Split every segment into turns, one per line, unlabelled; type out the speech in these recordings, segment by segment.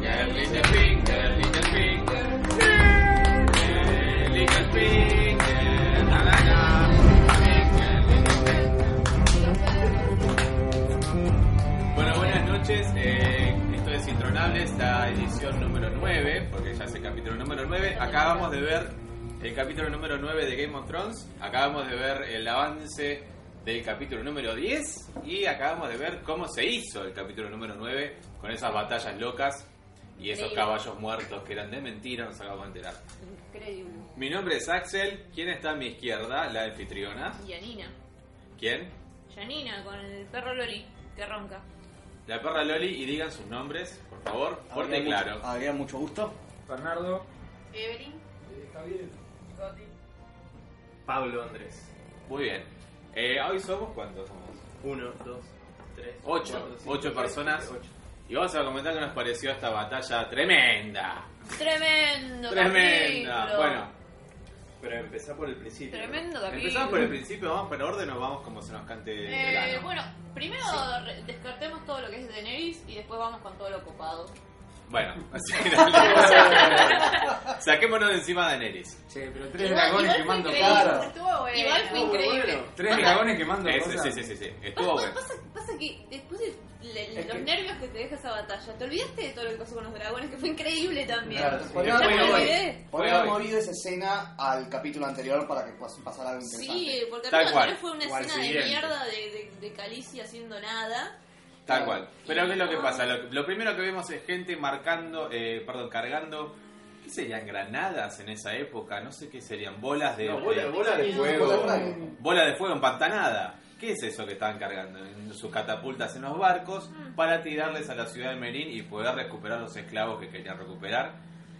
little finger, little finger. Yeah, little finger. La, la, la. Bueno, buenas noches. eh, esto es Intronable, esta edición número 9, porque ya es el capítulo número 9. Acabamos de ver el capítulo número 9 de Game of Thrones, acabamos de ver el avance del capítulo número 10 y acabamos de ver cómo se hizo el capítulo número 9 con esas batallas locas y esos
Increíble.
caballos muertos que eran de mentira, nos acabamos de enterar.
Increíble.
Mi nombre es Axel, ¿quién está a mi izquierda? La anfitriona.
Yanina.
¿Quién?
Yanina con el perro Loli que ronca.
La perra Loli y digan sus nombres, por favor, fuerte y
Adrián,
claro.
Ah.
mucho- Adrián, mucho gusto.
Bernardo.
Evelyn.
Pablo Andrés.
Muy bien. Eh, hoy somos cuántos somos?
Uno, dos, tres.
Ocho.
cuatro, cinco,
Ocho
seis,
personas.
siete, ocho.
Y vamos a comentar qué nos pareció esta batalla tremenda.
Tremendo.
Tremenda.
capítulo.
Bueno,
Pero empezá por el principio.
Tremendo capítulo.
empezamos por el principio, vamos por orden o vamos como se nos cante el
Eh,
ano?
bueno, primero re- descartemos todo lo que es Daenerys y después vamos con todo lo copado.
Bueno, así que dale. Saquémonos de encima de Neris.
Che, pero tres
Igual-
dragones
igual
quemando
fue increíble.
cosas.
Estuvo bueno.
Igual fue increíble.
Tres dragones quemando cosas.
Sí, sí, sí, sí.
Pasa,
Estuvo
pasa,
bueno.
pasa, pasa que después de le-
Es
los
que-
nervios que te deja esa batalla, te olvidaste de todo lo que pasó con los dragones, que fue increíble también.
Claro, sí.
Ya
Fue
me
hoy.
olvidé.
Podría
Fue
haber
hoy.
movido esa escena al capítulo anterior para que pas- pasara algo interesante.
Sí, porque
Tal
Tal
cual.
fue una
Igual,
escena de
siguiente.
mierda de, de, de Khaleesi haciendo nada.
Tal cual. Pero ¿qué es lo que pasa? Lo, lo primero que vemos es gente marcando, eh, perdón, cargando. ¿Qué serían granadas en esa época? No sé qué serían. Bolas
eh,
de.
No, bola,
de-
bola de
Como la
fuego.
Frank.
bola de fuego empantanada. ¿Qué es eso que estaban cargando? En sus catapultas en los barcos para tirarles a la ciudad de Merín y poder recuperar los esclavos que querían recuperar.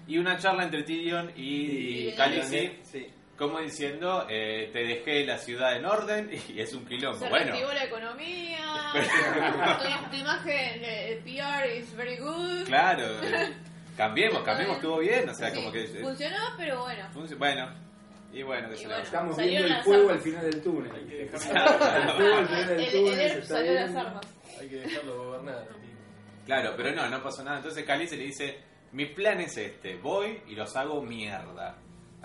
Y una charla entre Tyrion y,
Y-
Khaleesi,
Sí.
como diciendo, eh, te dejé la ciudad en orden y es un quilombo.
Se
bueno,
reactivó la economía. tu, tu imagen eh, PR is very good.
claro, eh, cambiemos, cambiemos, estuvo bien, o sea,
Sí,
como que... eh,
Funcionó, pero bueno.
Funcio- Bueno, y bueno, que
Y
se
bueno.
lo-
Estamos
Salieron
viendo el
las
fuego
armas.
al final del túnel.
Hay que
El
dejarlo,
fuego al final
El,
del
el
túnel. se
ERP
está
salió las
viendo.
armas.
hay que dejarlo gobernar.
Claro, pero no, no pasó nada. Entonces Calice le dice, mi plan es este, voy y los hago mierda.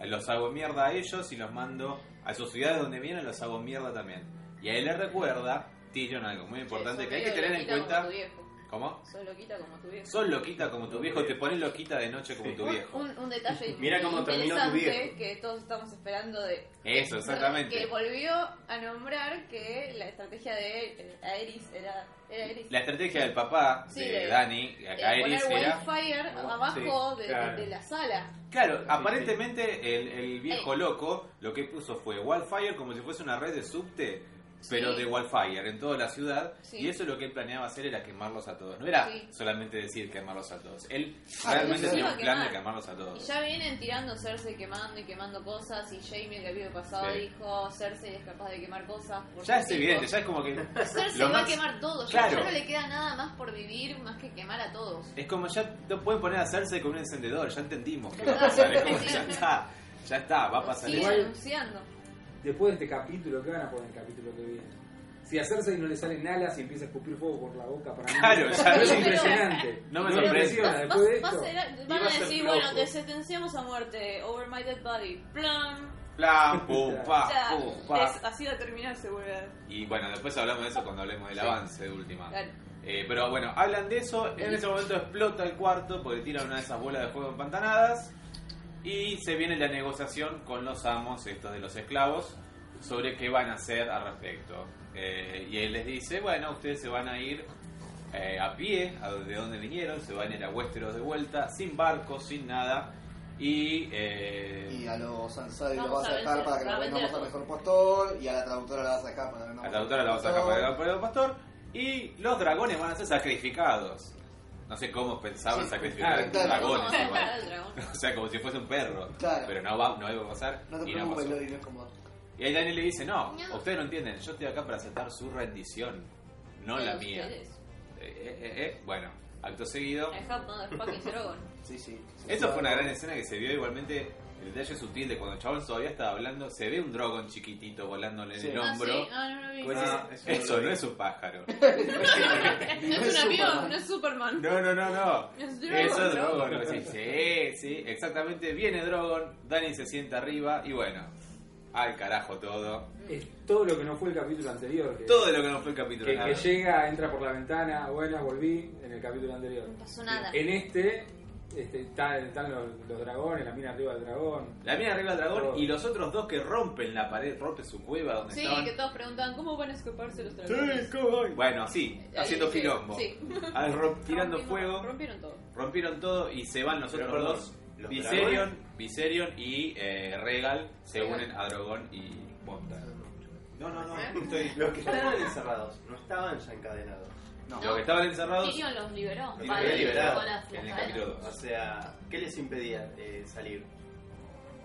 Los hago mierda a ellos y los mando a sus ciudades donde vienen, los hago mierda también. Y a él le recuerda, Tyrion, algo muy importante
Eso
que hay que
medio
tener en
loquita Como
cuenta.
tu viejo.
¿Cómo?
Sos loquita como tu viejo.
Sos loquita como tu viejo, te pones loquita de noche como
Sí.
tu viejo.
Un, un detalle
Mira cómo terminó tu
interesante
viejo.
que todos estamos esperando de
Eso,
que
exactamente.
volvió a nombrar que la estrategia de eh, Aeris era, era Aerys.
La estrategia del papá
Sí,
de
de-
Dani,
Eh,
acá Iris,
poner
era...
wildfire abajo de,
claro.
de la sala.
Claro, aparentemente el,
Eh.
el viejo loco lo que puso fue Wildfire como si fuese una red de subte, pero
Sí.
de Wildfire en toda la ciudad.
Sí.
Y eso lo que él planeaba hacer era quemarlos a todos. No era
Sí.
solamente decir quemarlos a todos. Él
Ah,
realmente
los
tenía
iba
un
a
plan de
quemar.
quemarlos a
Y
todos.
ya vienen tirando Cersei quemando y quemando cosas. Y Jamie, el capítulo pasado,
Sí.
dijo: Cersei es capaz de quemar cosas. por
Ya es
sus hijos".
evidente, ya es como que...
Cersei
lo
va a
más-
quemar todo. Ya-
Claro.
Ya, no le queda nada más por vivir más que quemar a todos.
Es como ya no pueden poner a hacerse con un encendedor, ya entendimos que va a pasar. Es como, ya está, ya está, va a pasar
Sigue
eso.
igual.
anunciando.
Después de este capítulo, ¿qué van a poner en el capítulo que viene? Si a Cersei no le salen alas y empieza a escupir fuego por la boca para mí.
Claro, ya
es
no-
impresionante.
no me
lo
sorprende.
Ah,
impresiona
Va-
Después de
va a
esto.
ser-
Iba
van
a
a
ser
decir:
flojo.
Bueno, te sentenciamos a muerte. Over my dead body. Plum.
Plan, pum, pa,
ya,
pum, pa.
es- así va a terminar seguridad.
Y bueno, después hablamos de eso cuando hablemos del
Sí.
avance de última.
Claro.
Eh, pero bueno, hablan de eso. En ese momento explota el cuarto porque tiran una de esas bolas de fuego empantanadas. Y se viene la negociación con los amos, estos de los esclavos, sobre qué van a hacer al respecto. Eh, y él les dice: Bueno, ustedes se van a ir eh, a pie, a de donde vinieron, se van a ir a Westeros de vuelta, sin barco, sin nada. Y. eh,
Y a los Ansari lo
Vamos
vas
a
a dejar
vencer,
para que
va
lo
a
vendamos
vender
al
a
mejor postor. Y a la traductora la vas a dejar para que la
A la
vendamos
traductora la vamos a
al
sacar
mejor
para el Alfredo pastor. Y los dragones van a ser sacrificados. No sé cómo pensaban
Sí,
sacrificar
claro,
a
claro.
los dragones.
Vamos a
igual.
matar al dragón.
O sea, como si fuese un perro.
Claro.
Pero no, va, no iba a pasar.
No te
y no
preocupes,
pasó.
Lori, no es como.
Y ahí Daniel le dice, no,
No.
ustedes no entienden. Yo estoy acá para aceptar su rendición. No
Pero
la mía. Eh,
ustedes,
eh, eh, eh. Bueno, acto seguido.
I have motherfucking dragon.
Sí, sí. sí,
Eso
sí,
fue una
no.
gran escena que se vio igualmente. el detalle sutil de cuando el chabón todavía estaba hablando, se ve un dragón chiquitito volándole en
Sí.
el
Ah, sí,
hombro.
ah, no lo vi.
Vos
Pues
decís,
Ah, eso no
eso
lo
no
vi".
es un pájaro.
No
No es
es
un avión,
Superman.
no es Superman.
No, no, no, no.
Es Drogon.
Eso es Drogon. Vos decís, Sí, sí, exactamente. Viene Drogon, Dani se sienta arriba y bueno, al carajo todo.
Es todo lo que no fue el capítulo anterior. Que,
Todo lo que no fue el capítulo.
que,
nada.
que llega, entra por la ventana, buenas, volví, en el capítulo anterior.
No pasó nada.
En este, este está- están los, los dragones, la mina arriba del dragón.
La mina arriba del dragón
Todo.
y los otros dos que rompen la pared, rompen su cueva donde
Sí,
estaban.
que todos preguntaban cómo van a escaparse los dragones.
Bueno, sí,
Ahí,
haciendo
Eh, sí,
quilombo.
sí.
Al rom- tirando
Rompimos-
fuego,
Rompieron todo.
rompieron todo y se van los
Pero
otros
perdón,
dos.
¿los
Viserion, Viserion y eh, Regal se
Regal.
unen a Drogon y Ponta.
No, no,
¿Eh?
no. estoy- Los que estaban encerrados no estaban ya encadenados.
No.
Los que estaban encerrados
Tyrion los liberó.
Los
Vale,
liberó
con las-
en el
las
capítulo
cadenas.
2.
O sea, ¿qué les impedía eh, salir?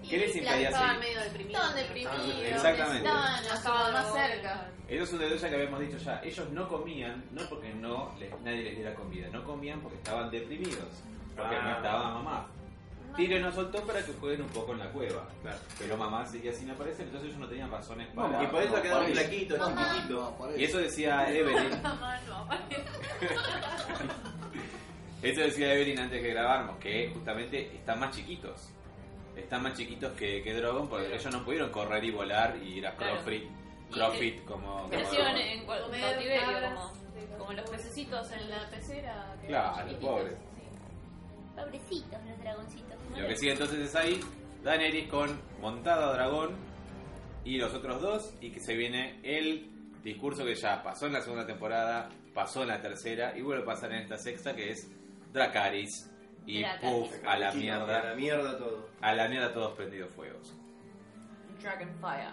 ¿Qué les
Y
impedía
la- Estaban
seguir?
medio deprimidos.
Estaban deprimidos.
Ah, Exactamente.
Estaban
Estaban
más
más
cerca.
cerca.
Eso es un detalle que habíamos dicho ya. Ellos no comían, no porque no les- nadie les diera comida, no comían porque estaban deprimidos, porque
Ah.
no estaba mamá.
Ah.
Tyrion nos soltó para que jueguen un poco en la cueva. Pero mamá seguía sin aparecer, entonces ellos no tenían razones para.
Bueno,
Y por eso
no,
quedaron
por eso.
flaquitos,
Mamá.
chiquititos.
No, por eso.
Y eso decía Evelyn. Eso decía Evelyn antes que grabáramos, que justamente están más chiquitos. Están más chiquitos que, que Drogon porque ellos no pudieron correr y volar y ir a
Claro.
CrossFit.
Y-
CrossFit como. como
Crecieron
Drogon.
en cua-
Comer
cautiverio,
cabras
como,
de-
como los pececitos en la pecera. que
Claro,
eran chiquititos.
pobres.
Pobrecitos los dragoncitos.
Lo que sigue entonces es ahí, Daenerys con montada dragón y los otros dos y que se viene el discurso que ya pasó en la segunda temporada, pasó en la tercera y vuelve a pasar en esta sexta que es Dracaris y
Dracarys.
puff, a la
A la
mierda,
mierda todo.
a la mierda todos prendidos fuegos.
Dragonfire.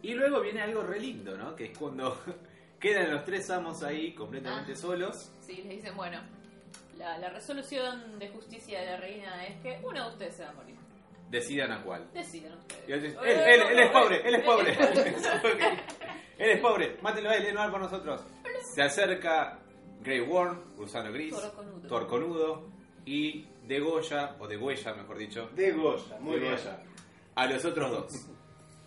Y luego viene algo re lindo, ¿no? Que es cuando quedan los tres amos ahí completamente
Ah.
solos.
Sí, les dicen, bueno, la, la resolución de justicia de la reina es que uno de ustedes se va a morir.
Decidan a cuál.
Decidan ustedes.
Y él, dice,
Eh,
él, él,
no,
él
no,
es pobre, él es pobre.
él-
él es pobre, mátenlo a él, él no va por nosotros. Se acerca Grey Worm, gusano gris,
Torconudo.
torconudo y degolla, o degüella mejor dicho,
De Goya, muy bien.
Degolla a los otros dos.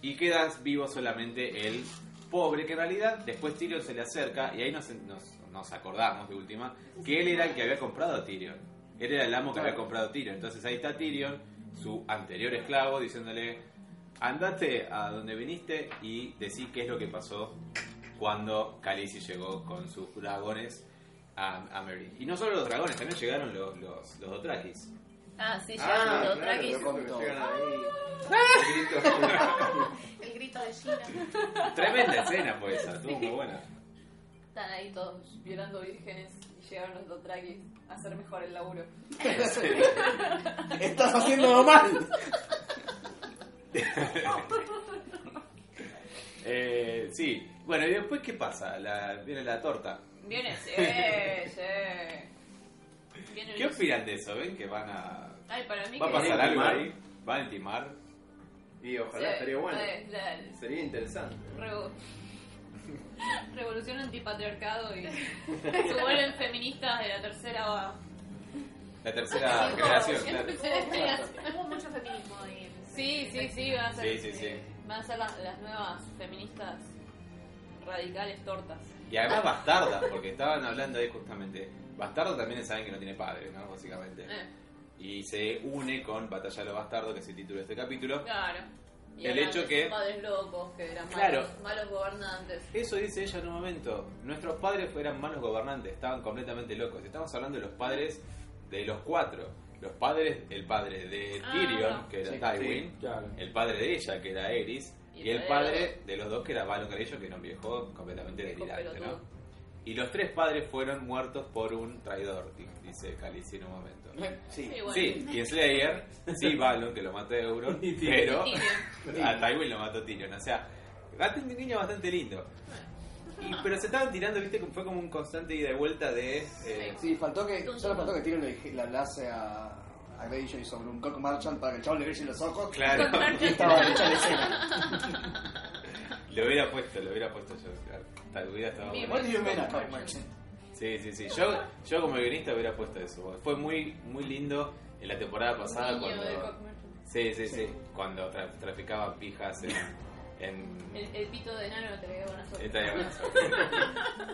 Y quedas vivo solamente el pobre, que en realidad después Tyrion se le acerca y ahí nos, nos, nos acordamos de última que él era el que había comprado a Tyrion. Él era el amo que había comprado a Tyrion. Entonces ahí está Tyrion, su anterior esclavo, diciéndole, andate a donde viniste y decí qué es lo que pasó cuando Khaleesi llegó con sus dragones a, a Merry. Y no solo los dragones, también llegaron los, los, los Dothrakis.
Ah, sí, ya,
Ah,
los
claro,
Dracarys.
Dracarys.
loco, que llegan ahí.
El grito de Gina.
Tremenda escena fue esa, estuvo muy buena.
Están ahí todos violando vírgenes y llegaron los Dothrakis a hacer mejor el laburo.
Estás haciéndolo mal.
Eh, sí, bueno, y después, ¿qué pasa? La- viene la torta.
Viene, sí, Eh. sí. Vienen
¿Qué
los-
opinan de eso? ¿Ven que van a.
Ay, para mí
¿Va a
que-
pasar algo
¿Intimar?
ahí? ¿Van a intimar?
Y
sí,
ojalá estaría bueno.
eh, la-
Sería interesante.
revo- Revolución antipatriarcado y se vuelven feministas de la tercera
La tercera generación, claro.
Hubo mucho feminismo ahí. en
Sí,
ese-
sí, sí, van a ser,
Sí, sí, sí.
eh, van a ser las, las nuevas feministas radicales tortas.
Y además bastardas, porque estaban hablando ahí justamente. Bastardo también saben que no tiene padre, ¿no? Básicamente.
Eh,
Y se une con Batalla de los Bastardos, que es el título de este capítulo.
claro. Y
El
hablan
hecho
de
que-
sus Padres locos, que eran
Claro.
malos, malos gobernantes.
Eso dice ella en un momento. Nuestros padres eran malos gobernantes, estaban completamente locos. Estamos hablando de los padres de los cuatro. Los padres, el padre de
Ah,
Tyrion,
no.
que era
Sí,
Tywin,
Claro.
el padre de ella, que era Eris,
Y
y,
el
el
padre de
padre de los dos, que era Balon Carello, que era un viejo completamente
Viejo
delirante, ¿no?
pelotudo.
Y los tres padres fueron muertos por un traidor, di- dice Khaleesi en un momento.
Sí.
Y bueno,
Sí, Kingslayer, sí Balon, que lo mató Euron,
Y
pero
Tyrion.
Tyrion.
a Ah, Tywin lo mató Tyrion, o sea, bastante un niño bastante lindo. Y- pero se estaban tirando, viste, como- fue como un constante ida y vuelta de... eh,
Sí, faltó que, solo faltó que tiren el, el enlace a, a Greyjoy sobre un Cock Marshall para que el chavo le brillen los ojos.
claro,
Y estaba hecha la escena.
lo hubiera puesto, lo hubiera puesto yo, claro. Tal- hubiera estado
Bien.
bueno.
What do you mean a Cock Marshall?
Sí, sí, sí. Yo, yo como guionista hubiera puesto eso. porque Fue muy, muy lindo en la temporada pasada
Niño
Ah,
de
cuando.
Cockburn.
Sí, sí, sí. Cuando tra- traficaban pijas en. en-
El, el pito de enano lo traigo con nosotros.
Esta era buena suerte.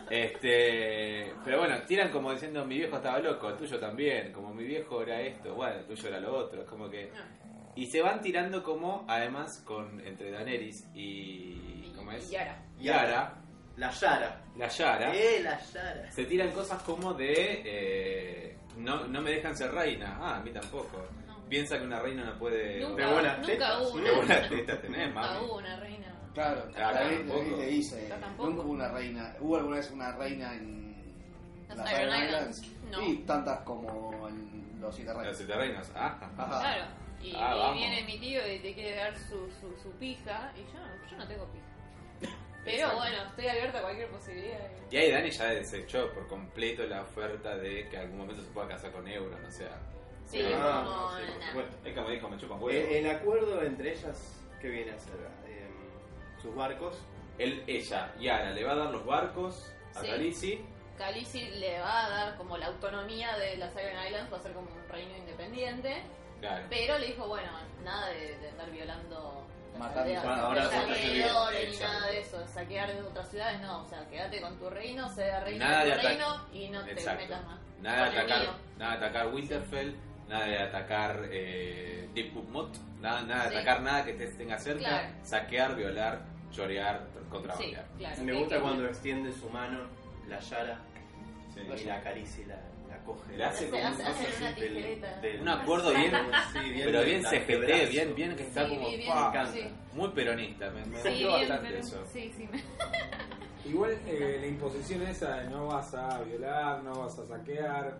Este, pero bueno, tiran como diciendo mi viejo estaba loco, el tuyo también, como mi viejo era esto, bueno, el tuyo era lo otro, es como que y se van tirando como además con entre Daneris y ¿cómo es?
Y ahora.
Yara,
La Yara.
la Yara,
Eh, la Yara.
se tiran cosas como de eh, no, no me dejan ser reina, ah, a mí tampoco.
No.
Piensa que una reina no puede
Nunca,
de buenas
nunca
tetas,
hubo
sí,
una.
Eh, de Ah, buenas tetas tenés,
Nunca
mami.
hubo una reina.
Claro,
Ah,
la
claro,
ley, la ley
tampoco.
le dice,
Yo tampoco.
nunca hubo una reina, hubo alguna vez una reina en
Las
las
Iron
Iron
Islands.
Islands,
No.
y tantas como en los siete
Los
reinos.
siete reinos, ah, ah, ah.
Ajá.
Claro. Y,
Ah,
y
vamos.
viene mi tío y te quiere dar su, su, su pija. Y yo, no- yo no tengo pija. Pero
Exacto.
bueno, estoy abierta a cualquier posibilidad.
Y ahí Dani ya desechó por completo la oferta de que en algún momento se pueda casar con euros, o sea.
Sí,
Ah,
como.
no, sí, por
nah.
supuesto.
Es como dijo, me chupan
Eh,
huevo.
el acuerdo entre ellas, que viene a ser? Eh, sus barcos.
Él, ella, Yara, le va a dar los barcos a
Sí.
Khaleesi.
Khaleesi le va a dar como la autonomía de las Iron Islands, va a ser como un reino independiente.
Claro.
Pero le dijo, bueno, nada de, de andar violando. las
Matando.
aldeas,
Bueno, ahora
los
vos te querías,
alrededores ni
exacto.
nada de eso, saquear de otras ciudades, no, o sea, quédate con tu reino, sea reino
Nada
de
de
tu
ataque.
reino y no
Exacto.
te metas más.
Nada
Con
de
el
atacar,
mío.
nada de atacar Winterfell, nada de atacar eh, Mot, nada, nada de
Sí.
atacar nada que te tenga cerca,
Claro.
saquear, violar, chorear,
Sí,
contrabandear.
claro.
Me
que-
gusta
que-
cuando extiende su mano, la Yara,
Sí.
y la acaricia y la, la coge.
Le hace
Hace-
como
hace-
un-
hace una
del-
tijereta.
del-
Un acuerdo bien,
Sí, bien
pero bien
del
CGT,
antebrazo.
bien, bien que está
Sí,
como
bien, bien,
¡pah!
Me encanta.
sí.
muy peronista, me, me gustó
Sí, bien,
bastante
pero-
eso.
Sí, sí, me-
Igual eh, la imposición esa de no vas a violar, no vas a saquear,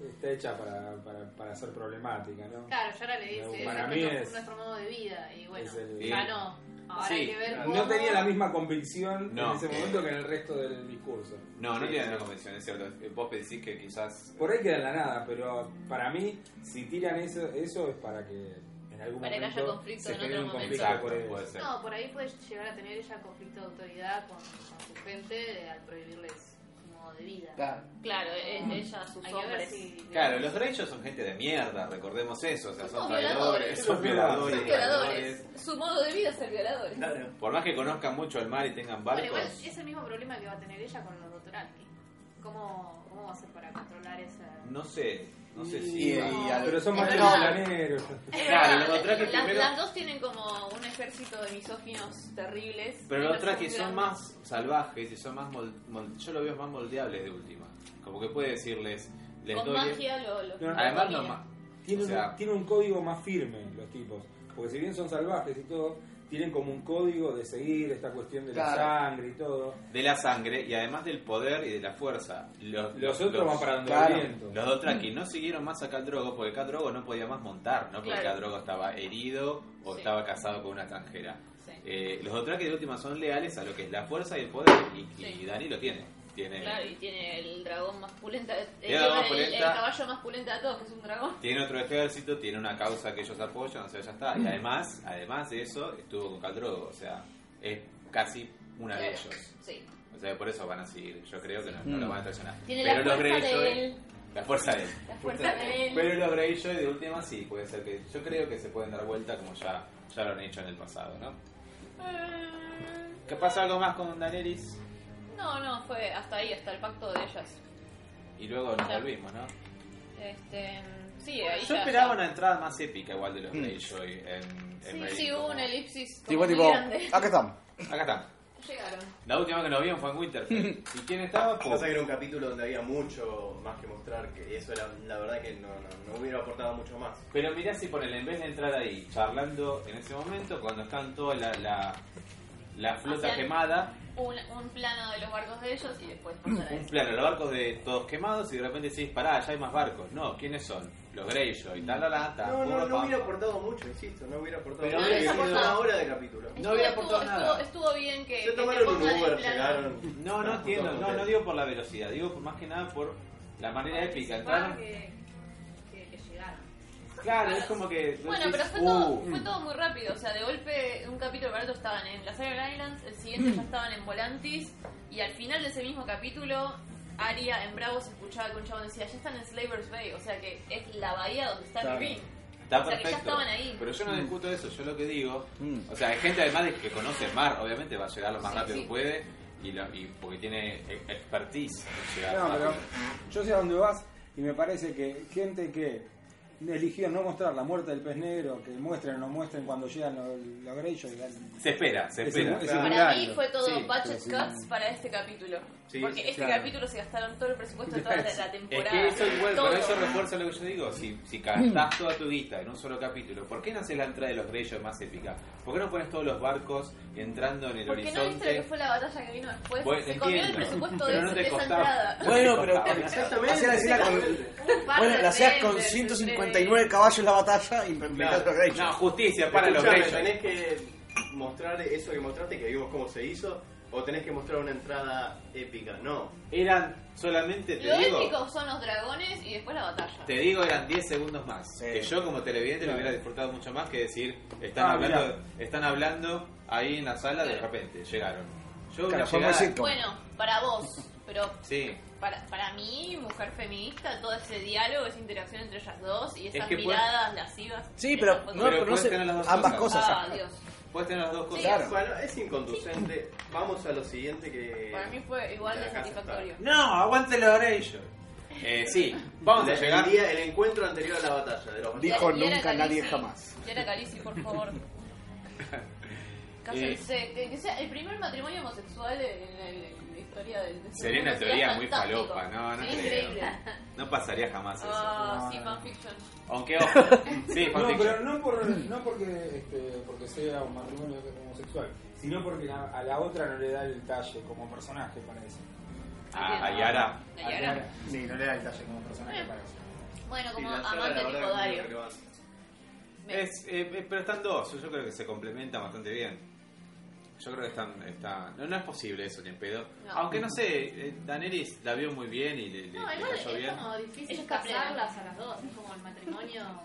está hecha para, para, para ser problemática, ¿no?
Claro, yo ahora le
Pero
dice,
para
ese
mí
nuestro,
es-
nuestro modo de vida. Y bueno,
es el-
ya no. Ahora
Sí,
hay que ver cómo...
No tenía la misma convicción
No.
en ese momento que en el resto del discurso.
No, no
Sí,
tienen
sí.
una convención, es cierto. Eh, Vos decís que quizás.
Por ahí queda en la nada, pero para mí, si tiran eso, eso es para que en algún
Para que
momento
haya conflicto
se
en
genere
otro
un conflicto
momento.
Exacto,
por
puede
eso.
ser.
No, por ahí puede llegar a tener ella conflicto de autoridad con, con su gente de- al prohibirles su modo de vida.
Claro.
Claro, e- ella, sus
Hay que ver
hombres.
si...
Claro, los Dreyos son gente de mierda, recordemos eso. O sea, son
Son
traidores,
violadores.
son violadores.
Son violadores. Su modo de vida es ser violadores.
Claro.
Por más que conozcan mucho el mar y tengan
Bueno, igual
barcos.
es el mismo problema que va a tener ella con los Dothraki. ¿Cómo, ¿Cómo va a ser para controlar esa...?
No sé, no sé
Y,
si.
y
va-
al-
Pero son
Es
más
verdad.
planeros.
Claro, los Dothraki
las,
primero-
las dos tienen como un ejército de misóginos terribles.
Pero los
que
Traki
muy
son
grandes.
más salvajes y son más. mol- mol- yo lo veo más moldeables de última. Como que puede decirles. Les
Con
doy.
magia lo, lo-
No,
lo
Además, no
dominan.
más.
Tienen,
O sea-
tienen un código más firme los tipos. Porque si bien son salvajes y todo, tienen como un código de seguir esta cuestión de la
Claro.
sangre y todo.
De la sangre y además del poder y de la fuerza. Los,
Los otros van para donde
claro,
viento.
Los dos tranqui no siguieron más a Khal Drogo porque Khal Drogo no podía más montar, no porque
Claro.
Khal Drogo estaba herido o
Sí.
estaba casado con una extranjera.
Sí.
Eh, los Dothraki de última son leales a lo que es la fuerza y el poder y, y
Sí.
Dani lo tiene. Tiene,
Claro, y tiene el dragón más pulenta. eh,
Tiene dragón
el- el,
pulenta.
caballo más pulenta de todos, que es un dragón.
tiene otro ejército, tiene una causa que ellos apoyan, o sea, ya está.
Mm.
Y además, además de eso, estuvo con Khal Drogo, o sea, es casi una de
Claro,
ellos.
Sí.
O sea, por eso van a seguir, yo creo que no, no lo van a traicionar.
Tiene
Pero
la
los
fuerza
Greyjoy,
de él.
la fuerza de él.
La fuerza de él.
Pero los Greyjoy de última sí, puede ser que. Yo creo que se pueden dar vuelta como ya, ya lo han hecho en el pasado, ¿no?
Ah,
¿Qué pasa algo más con Daenerys?
No, no, fue hasta ahí, hasta el pacto de ellas.
Y luego nos volvimos, ¿no?
Este, sí, ahí
Yo
ya-
esperaba
ya-
una entrada más épica igual de los Greyjoy en, en
Sí,
Reddit,
sí, hubo
como-
una elipsis como
Tipo,
muy
tipo,
grande.
acá estamos.
Acá está.
Llegaron.
La última que nos vimos fue en Winterfell. ¿Y quién estaba? Pop.
Pasa que era un capítulo donde había mucho más que mostrar, que eso era, la verdad que no, no, no hubiera aportado mucho más.
Pero mirá si ponele, en vez de entrar ahí charlando en ese momento, cuando están toda la, la, la flota
Hacían-
quemada,
Un, un plano de los barcos de ellos y después pasar a
un
eso.
plano, los barcos de todos quemados y de repente decís, pará, ya hay más barcos. No, ¿quiénes son? Los Greyjoy, tal, tal, tal, tal,
No, no,
purra,
no
pam.
hubiera aportado mucho, insisto, no hubiera aportado
Pero
mucho.
no hubiera
Hubiera sido
aportado.
una hora de capítulo.
Estuvo-
había
estuvo-
aportado nada.
Estuvo, estuvo bien Eh, que.
Se
que
tomaron
se
un
pongan el
Uber,
plano.
llegaron.
No, no entiendo, no,
Junto
no
con
digo por la velocidad, digo por- más que nada por la manera épica.
Para
Entraron,
Ah, que, que, que llegaron.
claro, es como que.
Bueno,
decís,
pero fue,
"Uh".
todo, fue todo muy rápido. O sea, de golpe, un capítulo para otro estaban en las Iron Islands, el siguiente
Mm.
ya estaban en Volantis. Y al final de ese mismo capítulo, Aria en Bravo se escuchaba que un chabón decía: Ya están en Slaver's Bay. O sea, que es la bahía donde está el
Claro.
Green.
Está
O sea, que ya
perfecto.
estaban ahí.
Pero yo no discuto eso, yo lo que digo.
Mm.
O sea, hay gente además de que conoce el mar, obviamente va a llegar lo más
Sí,
rápido
sí.
que puede y, lo- y porque tiene e- expertise. en llegar
No,
rápido.
pero yo sé a dónde vas y me parece que gente que eligió no mostrar la muerte del pez negro, que muestren o no muestren cuando llegan los, los Greyjoy,
Se espera, se
Ese-
espera.
ese-
Claro.
Para mí
Claro.
fue todo
Sí,
budget
sí, sí.
cuts para este capítulo.
Sí,
Porque
sí,
este
claro.
capítulo se gastaron todo el presupuesto de toda la, la
Es
temporada.
que eso igual,
todo.
pero eso refuerza lo que yo digo. Si, si gastás toda tu guita en un solo capítulo, ¿por qué no haces la entrada de los Greyjoy más épica? ¿Por qué no pones todos los barcos entrando en el
Porque no
horizonte?
viste lo que fue la batalla que vino después.
Bueno,
se comió el
entiendo,
presupuesto de,
pero no
esa-
te
de esa
costaba.
entrada.
Bueno, pero
Exactamente.
hacía la escena con-
Un par
bueno,
de
la hacías con
trailers,
159 caballos la batalla y inventás los Greyjoy.
No, justicia para los
Escuchame,
Greyjoy.
tenés que mostrar eso que mostraste, que vimos cómo se hizo, o tenés que mostrar una entrada épica. No.
Eran solamente, te
Lo
digo,
épico son los dragones y después la batalla.
te digo, eran 10 segundos más.
Sí.
Que yo como televidente lo hubiera disfrutado mucho más que decir, están,
Ah,
hablando, están hablando ahí en la sala de repente, llegaron. Yo una
Claro, fue muy
llegada-
sitcom.
Bueno, para vos, pero
Sí.
para, para mí, mujer feminista, todo ese diálogo, esa interacción entre ellas dos y esas
que puede-
miradas lascivas.
Sí,
esas
pero
cosas.
no,
Pero
pero no
puedes
sé,
tener las dos
ambas
cosas.
cosas.
Ah, Dios.
Puedes tener las dos cosas.
Claro.
Bueno, es inconducente. Vamos a lo siguiente que.
eh,
Para mí fue igual de
La casa
satisfactorio.
No, aguante los Greyjoy. Eh, sí, vamos a
El
llegar.
día- el encuentro anterior a la batalla de los
Di- Dijo,
Y era
"Nunca, nadie,
Khaleesi".
jamás.
Y era Khaleesi, por favor.
Eh,
Cásense. Que, que sea el primer matrimonio homosexual en, la- en la historia del. del
Sería una
mundo,
teoría muy
fantástico.
falopa, no, no
Sería
creo.
increíble.
No pasaría jamás eso.
Ah,
No,
sí,
no.
fanfiction.
Oh. Aunque ojo. Sí,
No,
fanfiction.
pero no, por, no porque, este, porque sea un matrimonio homosexual, sino porque la- a la otra no le da el talle como personaje para eso.
Ah, a Yara.
Y ahora,
Sí, no le da el talle como personaje para eso.
Bueno,
Sí,
como
la saga, la
amante
verdad,
tipo
es muy
Dario.
relevante.
Me-
Es, eh, eh, pero están dos, yo creo que se complementan bastante bien. Yo creo que están. están- no, no es posible eso, ni en pedo.
No.
Aunque no sé, eh, Daenerys la vio muy bien y le, le-
No,
le
igual
cayó
es
bien.
como difícil
Ellos casaron.
casarlas a las dos, es como el matrimonio. No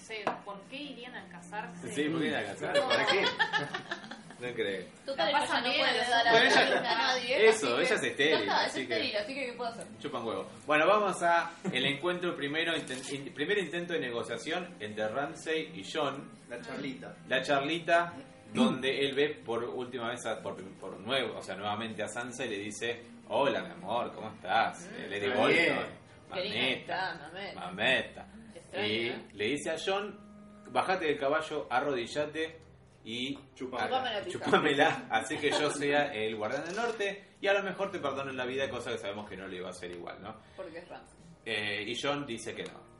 sé, ¿por qué irían a casarse?
Sí, porque era casada. ¿Para qué? No creo.
Total,
Capaz
ella ya no
también,
puede
¿no?
dar a
Bueno, ella-
luz a nadie.
Eso,
así
ella es
que-
estéril,
Ya está, es
así que-
estéril, así que ¿qué puedo hacer?
Chupan huevo. Bueno, vamos a el encuentro primero, inten- in- primer intento de negociación entre Ramsey y John.
La charlita.
La charlita donde él ve por última vez, a- por, por nuevo, o sea, nuevamente a Sansa y le dice, hola mi amor, ¿cómo estás?
Mm,
Eh, Lady
Bien.
Bolton, mameta,
Querida, mamé.
mameta.
Extraño,
Y
¿eh?
le dice a John, bajate del caballo, arrodillate y chupame-
Chupame.
Chupame la pija.
chupamela, así que yo sea el guardián del norte y a lo mejor te perdono en la vida, cosa que sabemos que no le iba a hacer igual, ¿no?
Porque es Ramsay.
Eh, y John dice que no.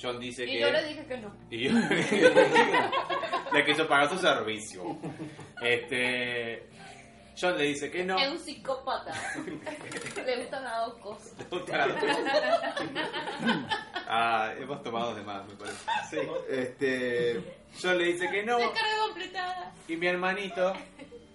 John dice que...
Y yo le dije que no.
Y yo- la que yo paga su servicio. Este. John le dice que no.
Es un psicópata. Le gustan las dos cosas.
ah, hemos tomado de más, me parece. Sí. Este. John le dice que no.
Descarga completada.
Y mi hermanito.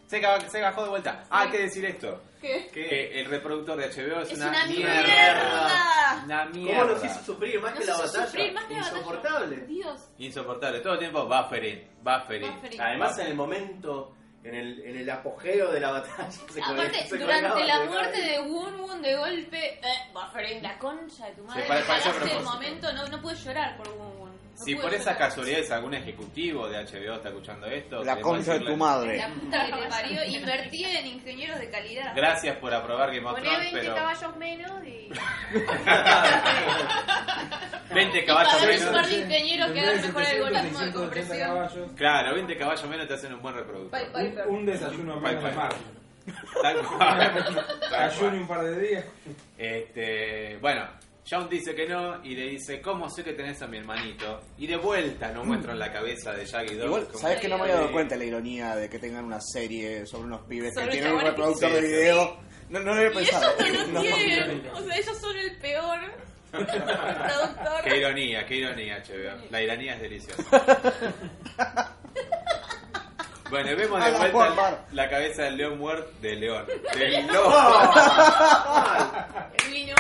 Se, ca- se bajó de vuelta. Ah, hay que decir esto.
¿Qué?
Que el reproductor de HBO es,
Es una mierda.
mierda. Una mierda.
¿Cómo nos hizo sufrir más
No
que la
sé
batalla?
sufrir más que la batalla.
Insoportable.
Dios.
Insoportable. Todo el tiempo buffering. Buffering.
Buffering.
Además, en el momento, en el, en el apogeo de la batalla, se
Aparte,
colgaba- se colgaba
durante la
de
muerte
Harry.
de Wun Wun de golpe, eh, Buffering, la concha de tu madre.
Sí, pa-
me
pareció a
cagaste de
propósito.
momento no, no pude llorar por Wun Wun. No
Si
pude
por esas
llorar.
casualidades algún ejecutivo de HBO está escuchando esto,
La
queremos
concha de tu
decirle
madre.
La puta que te parió. Invertí en ingenieros de calidad.
Gracias por aprobar Game of
Poné
Thrones,
20
pero
caballos menos y.
20
Y
caballos
pagar un par
menos.
de ingenieros que hagan mejor el algoritmo de
700, 680
compresión.
caballos,
Claro, 20 caballos menos te hacen un buen reproductor.
Bye, bye.
un, un desayuno
Bye,
menos de
bye.
mar.
Tal cual. Tal
Ayuno
cual.
un par de días.
Este, bueno, John dice que no y le dice, ¿cómo sé que tenés a mi hermanito? Y de vuelta nos muestran la cabeza de Shaggy Dog.
Igual,
como-
¿sabes que no me había dado
Sí.
cuenta de la ironía de que tengan una serie sobre unos pibes
Sobre
que tienen un
chabones que-
reproductor de
Sí, sí.
video? No, no lo había
Y ellos
pensado.
no
No.
lo tienen. O sea, ellos son el peor reproductor.
Qué ironía, qué ironía, HBO. La ironía es deliciosa. Bueno, y vemos
A
de
la
vuelta
por
la,
mar.
cabeza del león muerto de león. Del lobo.
El vino.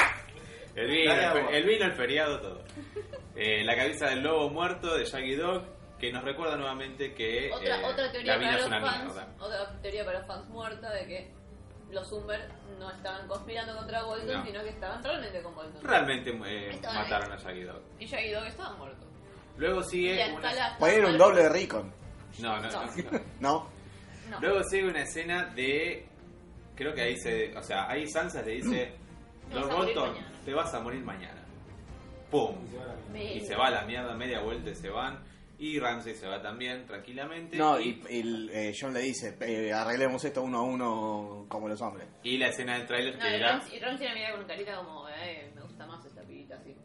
El vino,
Dale,
el, fe-
vos.
el vino, el feriado, todo. Eh, la cabeza del lobo muerto de Shaggy Dog, que nos recuerda nuevamente que
Otra,
eh,
otra
la
teoría
vida
para
es
los
una
fans.
mierda.
Otra teoría para los fans muerta de que los Umber no estaban conspirando contra Bolton,
No.
sino que estaban realmente con Bolton.
Realmente eh,
Estaban ahí.
mataron a Shaggy Dog.
Y Shaggy Dog estaba muerto.
Luego
Y
sigue una...
Alcalá.
Poner un doble de Recon,
No, no, no, no.
¿no?
No.
Luego sigue una escena de... Creo que ahí se... O sea, ahí Sansa le dice...
Te vas
Lord
a morir
Bolton,
mañana".
te vas a morir mañana. ¡Pum!
Y se
Y se va
va a la mierda.
a la mierda, media vuelta y se van. Y Ramsey se va también, tranquilamente.
No, y, y el, eh, John le dice, eh, arreglemos esto uno a uno como los hombres.
Y la escena del tráiler
No,
que
y
era...
Ron- y Ron tiene mirada con carita como, eh, me gusta más esta pibita así.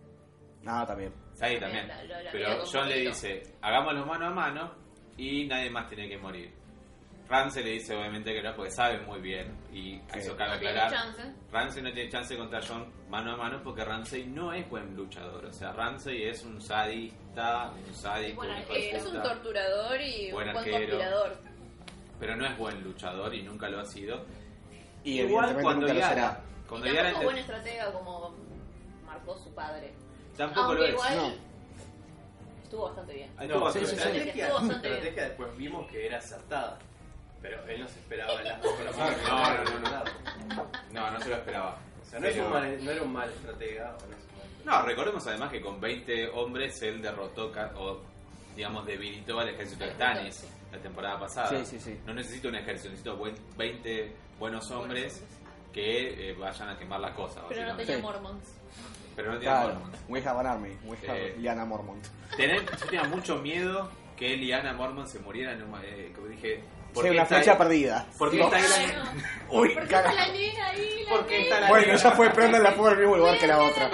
Nada, también.
Ahí también.
La- la- la mira
Pero
con
John le
poquito.
dice, hagámoslo mano a mano y nadie más tiene que morir. Ramsey le dice obviamente que no, porque sabe muy bien. Y eso cabe
No tiene
aclarar.
chance.
Ramsey no tiene chance contra John mano a mano porque Ramsey no es buen luchador. O sea, Ramsey es un sadista, un sádico,
Bueno,
un hijo de
eh, es un
puta,
torturador y
Buen
un buen
arquero.
conspirador.
pero no es buen luchador y nunca lo ha sido.
Y
Igual
evidentemente
cuando
nunca lo
Yara,
será.
cuando
y
Yara
tampoco
ente-
buen estratega como marcó su padre.
tampoco
Aunque
lo es.
igual
No.
estuvo bastante bien.
Ahí
No,
tuvo
su
bastante-
sí, sí.
estrategia,
Estuvo
su
bastante bien.
estrategia después vimos que era acertada. Pero él no se esperaba las dos con la mano.
No, no, no, No, no se lo esperaba.
O sea, no, es
Pero-
un mal- no era un mal estratega. o no es un mal estratega.
No, recordemos además que con 20 hombres él derrotó ca- o, digamos, debilitó al ejército de Stannis la temporada pasada.
Sí, sí, sí.
No necesito un ejército, necesito buen- 20 buenos hombres que eh, vayan a quemar la cosa,
Pero no
básicamente.
tenía
Sí.
mormons.
Pero no tiene
Claro,
Mormont.
we have an army, we have
Eh.
Liana Mormont.
Tener- yo tenía mucho miedo que él y Ana Mormon se murieran, en un- eh, como dije...
Sí,
porque
una fecha perdida.
¿Por qué
No.
está ahí
Ay,
la-
no.
Uy,
¿Por qué
cara.
está la nena ahí? La
¿Por qué está la
Bueno,
nena?
ya fue Brandon la pudo en el mismo lugar que la otra.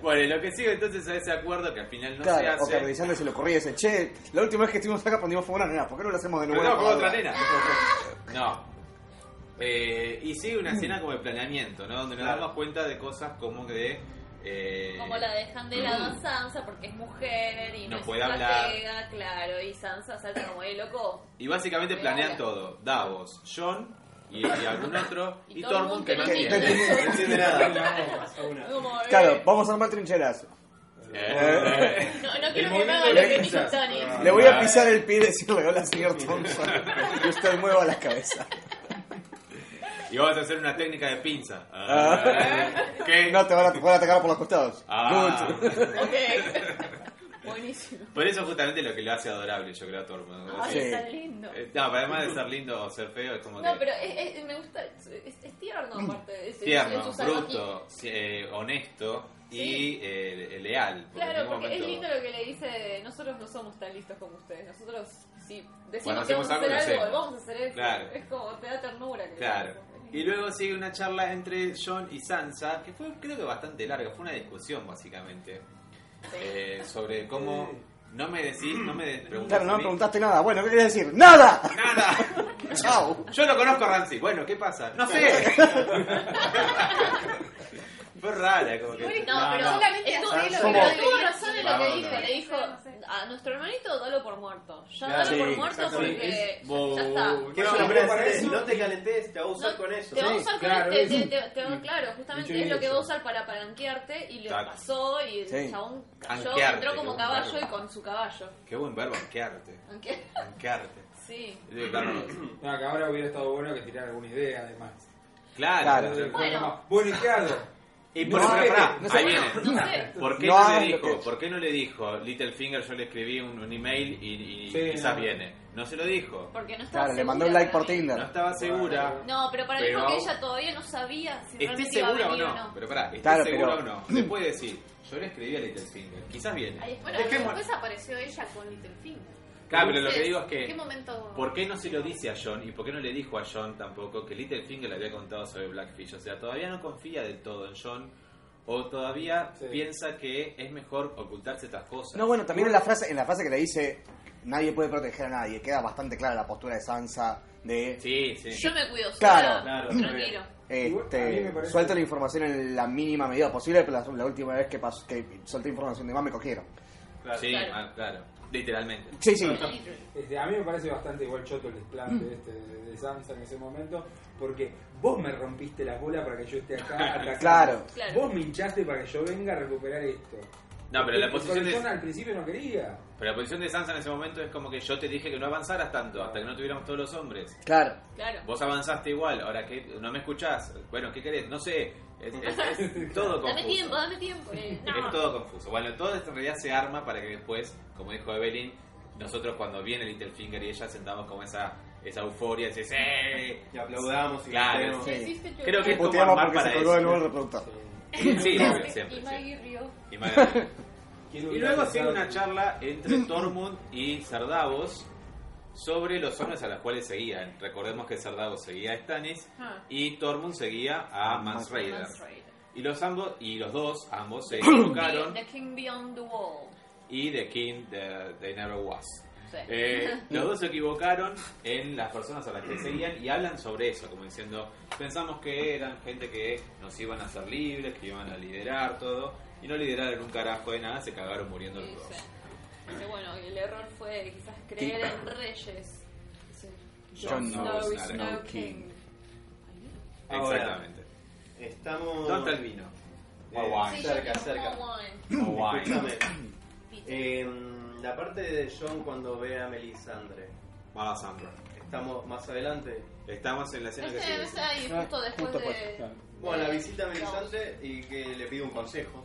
Bueno, y lo que sigue entonces a ese acuerdo que al final no se
Claro, o
hace...
que a Melisandre se le ocurría dice, che, la última vez que estuvimos acá pondimos fuego a una nena, ¿por qué no lo hacemos de
Pero
nuevo?
no, con otra nena. No. Eh, y sigue una escena como de planeamiento, ¿no? Donde nos
Claro.
damos cuenta de cosas como que... eh,
Como la dejan de lado
Mm.
a Sansa porque es mujer y
No
no, es
puede
estratega, claro. Y Sansa salta como, eh, loco.
Y básicamente
Me
planean
habla.
todo. Davos, John y, y algún otro.
Y
y
todo el
Tormund
mundo
que no
que no
entiende.
tiene-
No entiende nada.
Como, eh,
Claro, vamos a armar trincheras.
Eh,
No, no quiero que
movimiento
me haga lo
de Ah.
que me hizo
Sansa.
Stannis.
Le voy a pisar el pie y decirle hola señor Thompson. Y usted mueva la cabeza.
y vamos a hacer una técnica de pinza. Eh,
Ah.
¿Qué?
No, te van a, te van a atacar por los costados.
Ah.
Ok. Buenísimo.
Por eso justamente lo que lo hace adorable, yo creo, a Tormund. O
Ay,
sea,
Sí.
está lindo.
eh, No, pero además de ser lindo o ser feo, es como
No,
que...
pero es- es- me gusta. Es, es tierno, aparte. Es, es- es
tierno,
su salvaje-
bruto, si- eh, honesto y
Sí.
eh, leal. porque en
Claro,
ningún
porque es
momento-
lindo lo que le dice. Nosotros no somos tan listos como ustedes. Nosotros, si decimos
Cuando
que
hacemos
vamos a hacer
algo, lo
algo,
hacemos.
vamos a hacer eso.
Claro.
Es como te da ternura. Que
Claro.
le
Y luego sigue una charla entre John y Sansa, que fue creo que bastante larga, fue una discusión básicamente. eh, sobre cómo no me decís, no me des- preguntás
Claro,
a
no me
mí.
preguntaste nada. Bueno, ¿qué querés decir? ¡Nada!
Nada,
¡Chao!
yo no conozco a Ramsey. Bueno, ¿qué pasa? No sé. fue rara, como que.
No, pero
no.
solamente
estuvo,
hacelo,
estuvo-
¿verdad?
tuvo razón en lo que
Vamos,
dijo.
vamos.
Le dijo a nuestro hermanito, dalo por muerto. Ya
Claro,
dalo
sí,
por muerto
exactamente.
porque
Es-
ya, ya está.
bo-
¿Qué
No,
vas a
pero
poner?
para eso-
No te calentes, te va a usar
No,
con eso.
Te va a
Sí,
usar
claro,
con este,
eso.
te, te- te va- claro,
Dicho
justamente
y
es lo que va a
hecho.
usar para palanquearte y le
Claro.
pasó y el
Sí.
chabón cayó,
Anquearte,
entró
qué
como
buen
caballo
verbo.
y con su caballo.
Qué buen verbo, anquearte.
Aunque-
Anquearte.
sí.
Eh, claro.
No, que ahora hubiera estado bueno que tirara alguna idea, además.
Claro.
Entonces,
Bueno.
como, bueno, ¿y qué hago?
Y
No
por
sé,
pará,
no sé.
ahí viene.
No sé.
¿Por qué
No
no, le
hagas lo
dijo?
que-
¿Por qué no le dijo? Littlefinger yo le escribí un, un email y, y
Sí,
quizás
no.
viene. No se lo dijo.
Porque no estaba
Claro, le
segura
mandó un like por
también.
Tinder.
No estaba segura.
Claro.
No, pero para mí
Pero-
fue que ella todavía no sabía si
¿Esté
realmente iba a
segura o
venir
no? Pero pará, ¿esté
Claro,
segura
pero-
o no? Le puede decir, yo le escribí a Littlefinger, quizás viene.
Ahí
Bueno,
fue.
después apareció ella con Littlefinger.
Claro, pero lo que
Entonces,
digo es
¿en ¿Qué
que,
momento?
¿por qué no se lo dice a John y por qué no le dijo a John tampoco que Littlefinger le había contado sobre Blackfish? O sea, todavía no confía del todo en John o todavía
Sí.
piensa que es mejor ocultarse estas cosas.
No, bueno, también en la frase, en la frase que le dice nadie puede proteger a nadie, queda bastante clara la postura de Sansa de
Sí, sí.
Yo me cuido
Claro,
sola,
claro,
tranquilo.
Igual, a mí me
este,
parece-
suelto la información en la mínima medida posible, pero la, la última vez que, pas- que solté información de más me cogieron.
Claro.
Sí,
Claro.
ah, claro. Literalmente.
Sí, sí.
Este, a mí me parece bastante igual choto el
Mm.
desplante este, de, de Sansa en ese momento, porque vos me rompiste las bolas para que yo esté acá atacando.
Claro.
Claro.
Vos me hinchaste para que yo venga a recuperar esto.
No, pero la
Porque
posición
Coruscant
de-
al principio no quería.
Pero la posición de Sansa en ese momento es como que yo te dije que no avanzaras tanto hasta que no tuviéramos todos los hombres.
Claro.
Claro.
Vos avanzaste igual, ahora que no me escuchás, bueno, ¿qué querés? No sé, es, es- es todo confuso.
Dame tiempo, dame tiempo. eh,
Es
no.
todo confuso. Bueno, todo esto en realidad se arma para que después, como dijo Evelyn, nosotros cuando viene Littlefinger y ella sentamos como esa, esa euforia, ese ¡eh!
Y aplaudamos y
Claro,
gritemos.
Se hiciste
Creo que-
llorar.
como
Puteaba
armar
porque
para
se colgó
eso.
el nuevo reproductor.
Sí,
Siempre,
siempre, siempre.
Y Maggie rió.
Y Magali.
¿Quién
Y
hubiera
luego
pensado
sigue una
que-
charla entre Tormund y Cerdavos sobre los hombres a los cuales seguían. Recordemos que Cerdavos seguía a Stannis
Ah.
y Tormund seguía a Mans Raider.
Mans Raider.
Y los ambos y los dos, ambos se
The-
equivocaron
The King Beyond the Wall.
y The King the, They Never Was.
Sí.
Eh, los dos se equivocaron en las personas a las que seguían y hablan sobre eso, como diciendo, pensamos que eran gente que nos iban a hacer libres, que iban a liderar todo, y no lideraron un carajo de nada, se cagaron muriendo los dos.
Dice, dice, bueno, el error fue quizás creer en reyes. Dice,
Jon Snow
Snow
is
is
not a
no
king.
king.
Ahora.
Exactamente.
Estamos.
¿Dónde está el vino?
eh,
Guau, guau.
Sí,
cerca,
yo
cerca.
tomo wine.
Escúchame.
Pizza.
Eh, la parte de John cuando ve a Melisandre.
Mala Sandra.
Estamos más adelante.
Estamos en la escena que
Este
sigue.
es ahí,
Ah,
justo después
justo
de.
pues, claro.
Bueno, la visita a
No.
Melisandre y que le pide un consejo.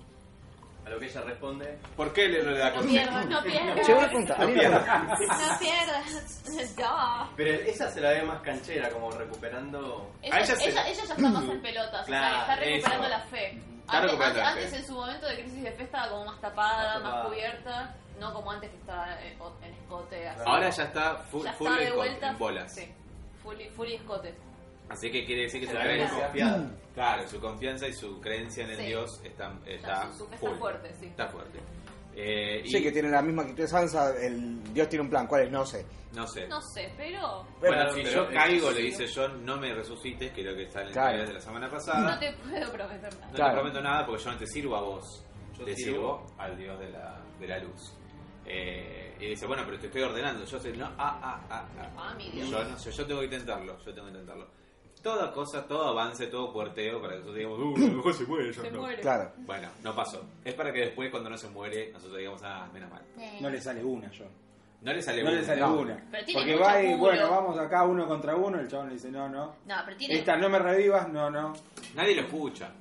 A lo que ella responde.
¿Por qué le- no le da
No
consejo?
pierdas, no pierdas.
Che, una pregunta. ¿Alguien
No pierdas. Ya.
Pero esa se la ve más canchera, como recuperando.
A
Ella,
ella se-
ella- ella ya está más en pelotas,
Claro,
o sea, está recuperando
eso.
la fe.
Está
Antes,
recuperando la
antes-
fe.
antes en su momento de crisis de fe estaba como más tapada,
Más
más,
tapada.
cubierta, no como antes que estaba en, en escote. Así.
Ahora ya está Ah, full,
Ya
full
está
en
de
co-
vuelta.
en bolas.
Sí, full, y- full y escote.
Así que quiere decir que
Se
su
la ve
creencia,
confiada.
claro, su confianza y su creencia en el
Sí.
Dios está, está,
su- su fe está
full.
fuerte, sí.
Está fuerte. Eh, y
Sí, que tiene la misma actitud de Sansa. El Dios tiene un plan, ¿cuál es? No sé.
no sé.
No sé, pero
Bueno,
Bueno,
si
pero-
yo caigo, le dice John, no me resucites, que es lo que está en el
Claro.
trailer de la semana pasada.
no te puedo prometer nada.
No
Claro.
te prometo nada porque yo no te sirvo a vos.
Yo
te sirvo.
sirvo.
al Dios de la, de la luz. Eh, y dice, bueno, pero te estoy ordenando. Yo sé, no, ah, ah, ah, ah.
Ah, mi Dios.
Yo no sé, yo tengo que intentarlo, yo tengo que intentarlo. Toda cosa, todo avance, todo puerteo, para que nosotros digamos, uh, a lo mejor se muere, yo
Se
no.
muere.
Claro.
Bueno, no pasó. Es para que después, cuando no se muere, nosotros digamos, ah, menos mal.
No le sale una, yo.
No le sale
No
una.
le sale
No.
una.
Pero tiene
Porque
mucho
va y,
apuro.
bueno, vamos acá uno contra uno. El chabón le dice, no, no.
No, pero
Eh,
tiene,
Esta, no me revivas, no, no.
Nadie lo escucha.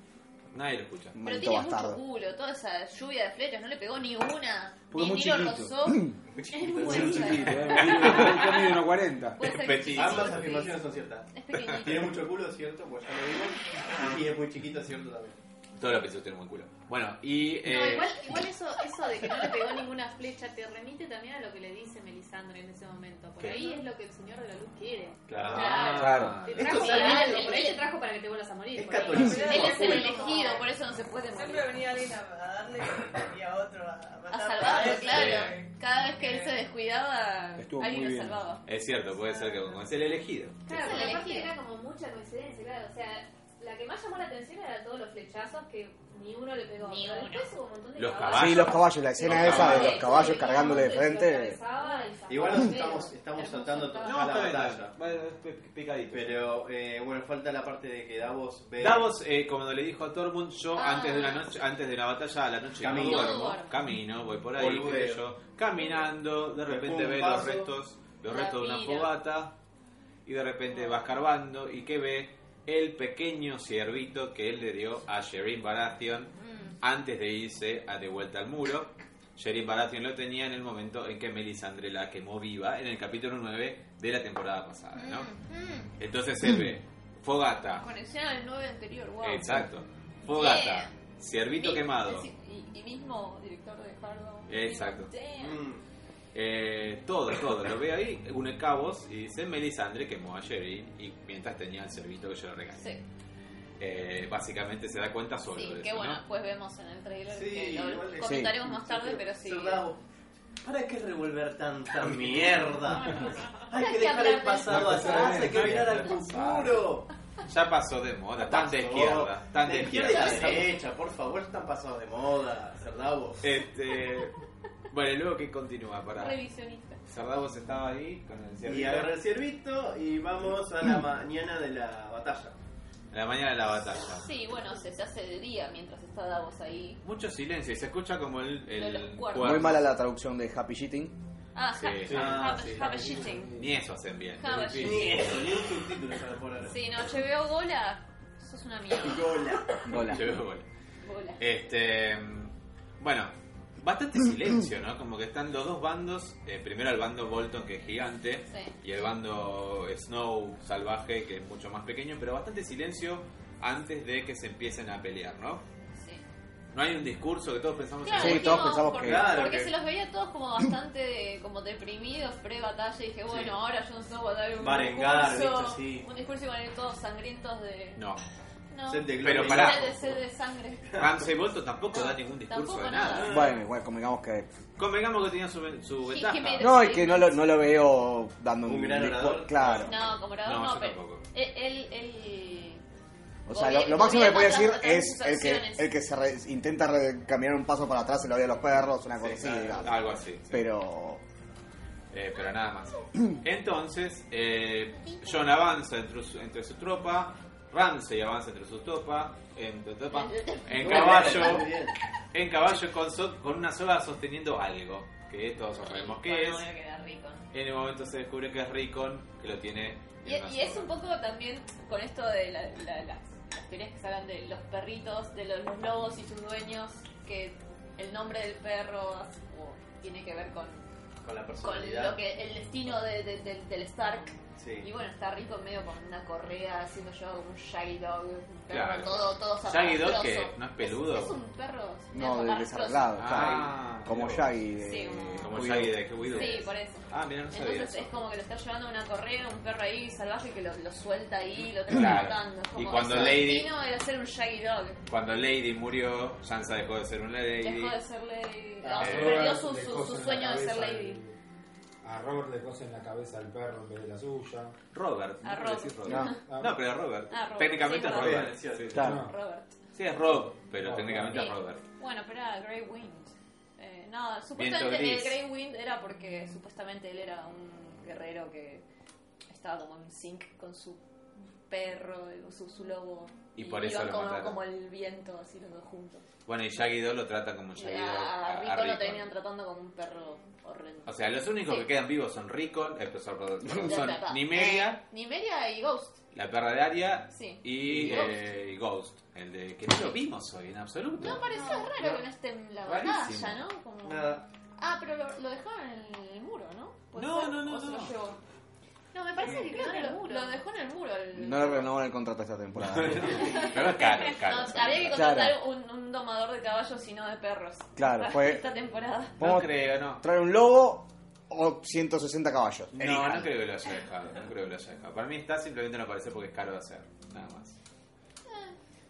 Nadie lo escucha.
pero
Maldito
tiene
bastardo.
mucho culo, toda esa lluvia de flechas, no le pegó ni una,
Porque es muy
ni, ni lo
chiquito.
rozó. Es muy
Chiquito,
chiquito.
¿eh? Yo mido 1.40.
Puede ser
Es
chiquito.
Ambas
sí.
afirmaciones son ciertas.
Es pequeñito.
Tiene mucho culo, ¿cierto? Pues ya lo vimos. Y es muy chiquito, ¿cierto? También.
Todo lo que se tiene muy culo. Bueno, y.
No,
eh,
igual, igual eso, eso de que no le pegó ninguna flecha te remite también a lo que le dice Melisandre en ese momento. Por
¿Qué?
ahí es lo que el Señor de la Luz quiere.
ah,
Claro.
Te
Esto
trajo
es ¿eh?
para
algo-
algo, por ahí te trajo para que te vuelvas a morir.
Es
por ahí.
catolicismo.
Él es el elegido, por eso no se puede
Siempre
morir.
venía alguien a, a darle y a otro a,
A
matar.
salvarlo, claro.
Sí.
Cada vez que él se descuidaba,
Estuvo
alguien
muy
lo
bien.
salvaba.
Es cierto, puede ser que como es el elegido.
Claro,
Es el
porque aparte
elegido.
era como mucha coincidencia, claro. O sea, la que más llamó la atención era todos los flechazos que ni uno le pegó.
Ni
Pero
uno.
Después hubo un montón de
Los
Sí, los caballos, la escena
Los
esa de los caballos cargándole de frente.
Igual nos estamos, estamos saltando toda
No,
la
está bien,
batalla.
está bien. Va, va, picadito.
Pero eh, bueno, falta la parte de que Davos ve.
Davos, eh, como le dijo a Tormund, yo
Ah.
antes de una noche, antes de la batalla a la noche
Camino.
no duermo,
Duermo.
camino, voy por ahí,
Volveo.
qué sé yo, caminando, de repente
un
ve
paso.
los restos, los
La
restos de una
pira.
fogata y de repente va escarbando y que ve el pequeño ciervito que él le dio a Sherin Baratheon antes de irse a de vuelta al muro. Sherin Baratheon lo tenía en el momento en que Melisandre la quemó viva en el capítulo 9 de la temporada pasada, Ah, ¿no?
Mm, mm.
Entonces se ve fogata,
Conexión al 9 anterior, wow.
Exacto. Fogata,
Yeah.
ciervito
Mi-
Eh, quemado,
sí, Y, y mismo director de Harlow.
Exacto.
Damn.
Mm.
eh, todo, todo. Lo ve ahí, une cabos y dice Melisandre quemó a Sherry y mientras tenía el ciervito que yo le regalé.
Sí,
Eh, básicamente se da cuenta solo
sí,
de
qué
eso,
bueno.
¿no?
Después vemos en el trailer
Sí,
que lo
igual es-
comentaremos más tarde, pero sí.
Ser Davos, ¿Para qué revolver tanta mierda?
Hay
Hay que
que
dejar
hablar
el
del
pasado atrás, hay que mirar al futuro.
Ya pasó de moda, tan de izquierda, tan de
izquierda y la
izquierda.
derecha, por favor, están pasados de moda, ser Davos.
Este, bueno, y luego que continúa para
Revisionista.
Cerdavos estaba ahí con el
Y
ciervito.
agarra el ciervito y vamos a la mañana de la batalla.
la mañana de la batalla.
Sí, bueno, se, se hace de día mientras está Davos ahí.
Mucho silencio y se escucha como el, el
Los cuernos.
cuerno.
Muy mala la traducción de Happy Shitting.
Ah,
Sí.
ha-
Sí.
ha-
Ah, sí.
have a shitting.
Ni eso hacen bien.
Have a
Sí.
Ni
shitting.
eso, ni un subtítulo para poner.
Sí, no, yo veo Gola. Eso es una mierda.
Gola.
Gola.
Yo veo gol.
Gola.
Este, bueno, bastante silencio, ¿no? Como que están los dos bandos. eh, primero el bando Bolton, que es gigante,
Sí.
y el bando Snow salvaje, que es mucho más pequeño, pero bastante silencio antes de que se empiecen a pelear, ¿no?
Sí.
No hay un discurso que todos pensamos
Claro,
Sí,
en
dijimos,
todos pensamos
porque,
que-
Claro,
porque
que-
se los veía todos como bastante como deprimidos pre-batalla y dije, bueno,
Sí.
ahora Jon Snow va a dar un
Barengar,
discurso,
¿viste? Sí.
un discurso y van a ir todos sangrientos de...
No,
no.
Sed de
Pero
gloria.
pará.
Sed de, sed de sangre.
Ramsey Bolton tampoco da ningún discurso
Tampoco
de nada.
nada.
Bueno, igual, convengamos que.
Convengamos que tenía su, su
Y
ventaja.
que me-
No, es que no lo, no lo veo dando un.
Un gran
discur-
orador.
Claro.
No, como orador
No,
no,
yo
pero
tampoco.
él, él, él-
O sea, lo, lo
Gobierno
máximo que podía
tras
decir
otras
es el que,
acciones.
el que se re- intenta re- caminar un paso para atrás, se lo odia a los perros, una cosa así.
Sí, claro.
digamos.
Algo así. sí.
Pero.
Eh, pero nada más. Entonces, eh, John avanza entre su, entre su tropa, Ramsey avanza entre su tropa, en, tropa, en caballo, en caballo con, so- con una soga sosteniendo algo, que todos sabemos qué es.
Bueno, queda rico, ¿no?
En el momento se descubre que es Ricon, que lo tiene. en
Y,
una
y es
soga.
un poco también con esto de la- la- las, las teorías que sacan de los perritos, de los, los lobos y sus dueños, que el nombre del perro as- o tiene que ver con,
Con
con
la
lo
personalidad.
que el destino de- de- de- del Stark. Y
Sí.
bueno, está rico medio con una correa, haciendo yo como un shaggy dog, un perro
Claro.
todo, todo
Shaggy Dog,
zarrastroso.
que no es peludo.
Es, es un perro
No, de-
medio
desarreglado.
Ah,
claro. como eh,
mira.
Shaggy. de-
Sí, como-
Como
Cuidado.
Shaggy de Scooby-Doo.
zarrastroso. Sí, por eso.
Ah, mira, no sabía
Entonces
eso.
es como que lo está llevando una correa, un perro ahí salvaje que lo, lo suelta ahí, lo está
Claro.
matando. Es
Y
como,
cuando
ese
Lady-
destino era ser un Shaggy Dog.
Cuando Lady murió, Sansa dejó de ser una Lady.
Dejó de ser Lady. No,
A
se
eh,
Robert
perdió su,
le
su-
cosen
su
la
sueño de
cabeza
ser Lady.
al- a Robert le cosen la cabeza al perro en vez de la suya.
Robert.
A
¿no?
Rob.
Decís Robert.
No.
Ah,
No, pero es Robert.
Ah, Robert.
Técnicamente
Sí,
es Robert.
Robert.
Sí, sí.
Claro.
No.
Robert.
Sí, es Rob, pero
Rob.
técnicamente es
Sí.
Robert.
Bueno, pero era Grey Wind. Eh, no, supuestamente el
gris.
Grey Wind era porque supuestamente él era un guerrero que estaba como en sync con su perro, eh, su, su lobo.
Y por eso
iban
lo
como,
mataron.
como el viento, así los dos juntos.
Bueno, y Shaggy Doo lo trata como un Shaggy Doo.
A,
a- a
Rico, lo
Rickon.
terminan tratando como un perro horrendo.
O sea, los únicos
Sí.
que quedan vivos son Rico, el profesor, perdón,
Ya está, está.
son Nimeria,
Eh, Nimeria y Ghost.
la perra de Aria
Sí.
y
Y Ghost.
eh, y Ghost. el de que no lo vimos hoy en absoluto.
No, pareció raro que no esté en la
Rarísimo.
batalla, ¿no? Como-
Nada.
Ah, pero lo, lo dejaron en el muro, ¿no? ¿Puede
No,
ser?
no, no,
¿O se
no,
lo
no.
llevó? No, me parece que creo
en
que
el
lo,
muro.
lo dejó en el muro. el-
No le renovaron el contrato esta temporada.
Pero es caro, es caro.
No, habría que contratar un, un domador de caballos y no de perros.
Claro,
Para
fue-
Esta temporada.
No
Vamos
creo, no.
a traer un lobo o 160 caballos.
No,
Elijan.
no creo que lo haya dejado. No creo que lo haya dejado. Para mí está simplemente no aparece porque es caro de hacer. Nada más.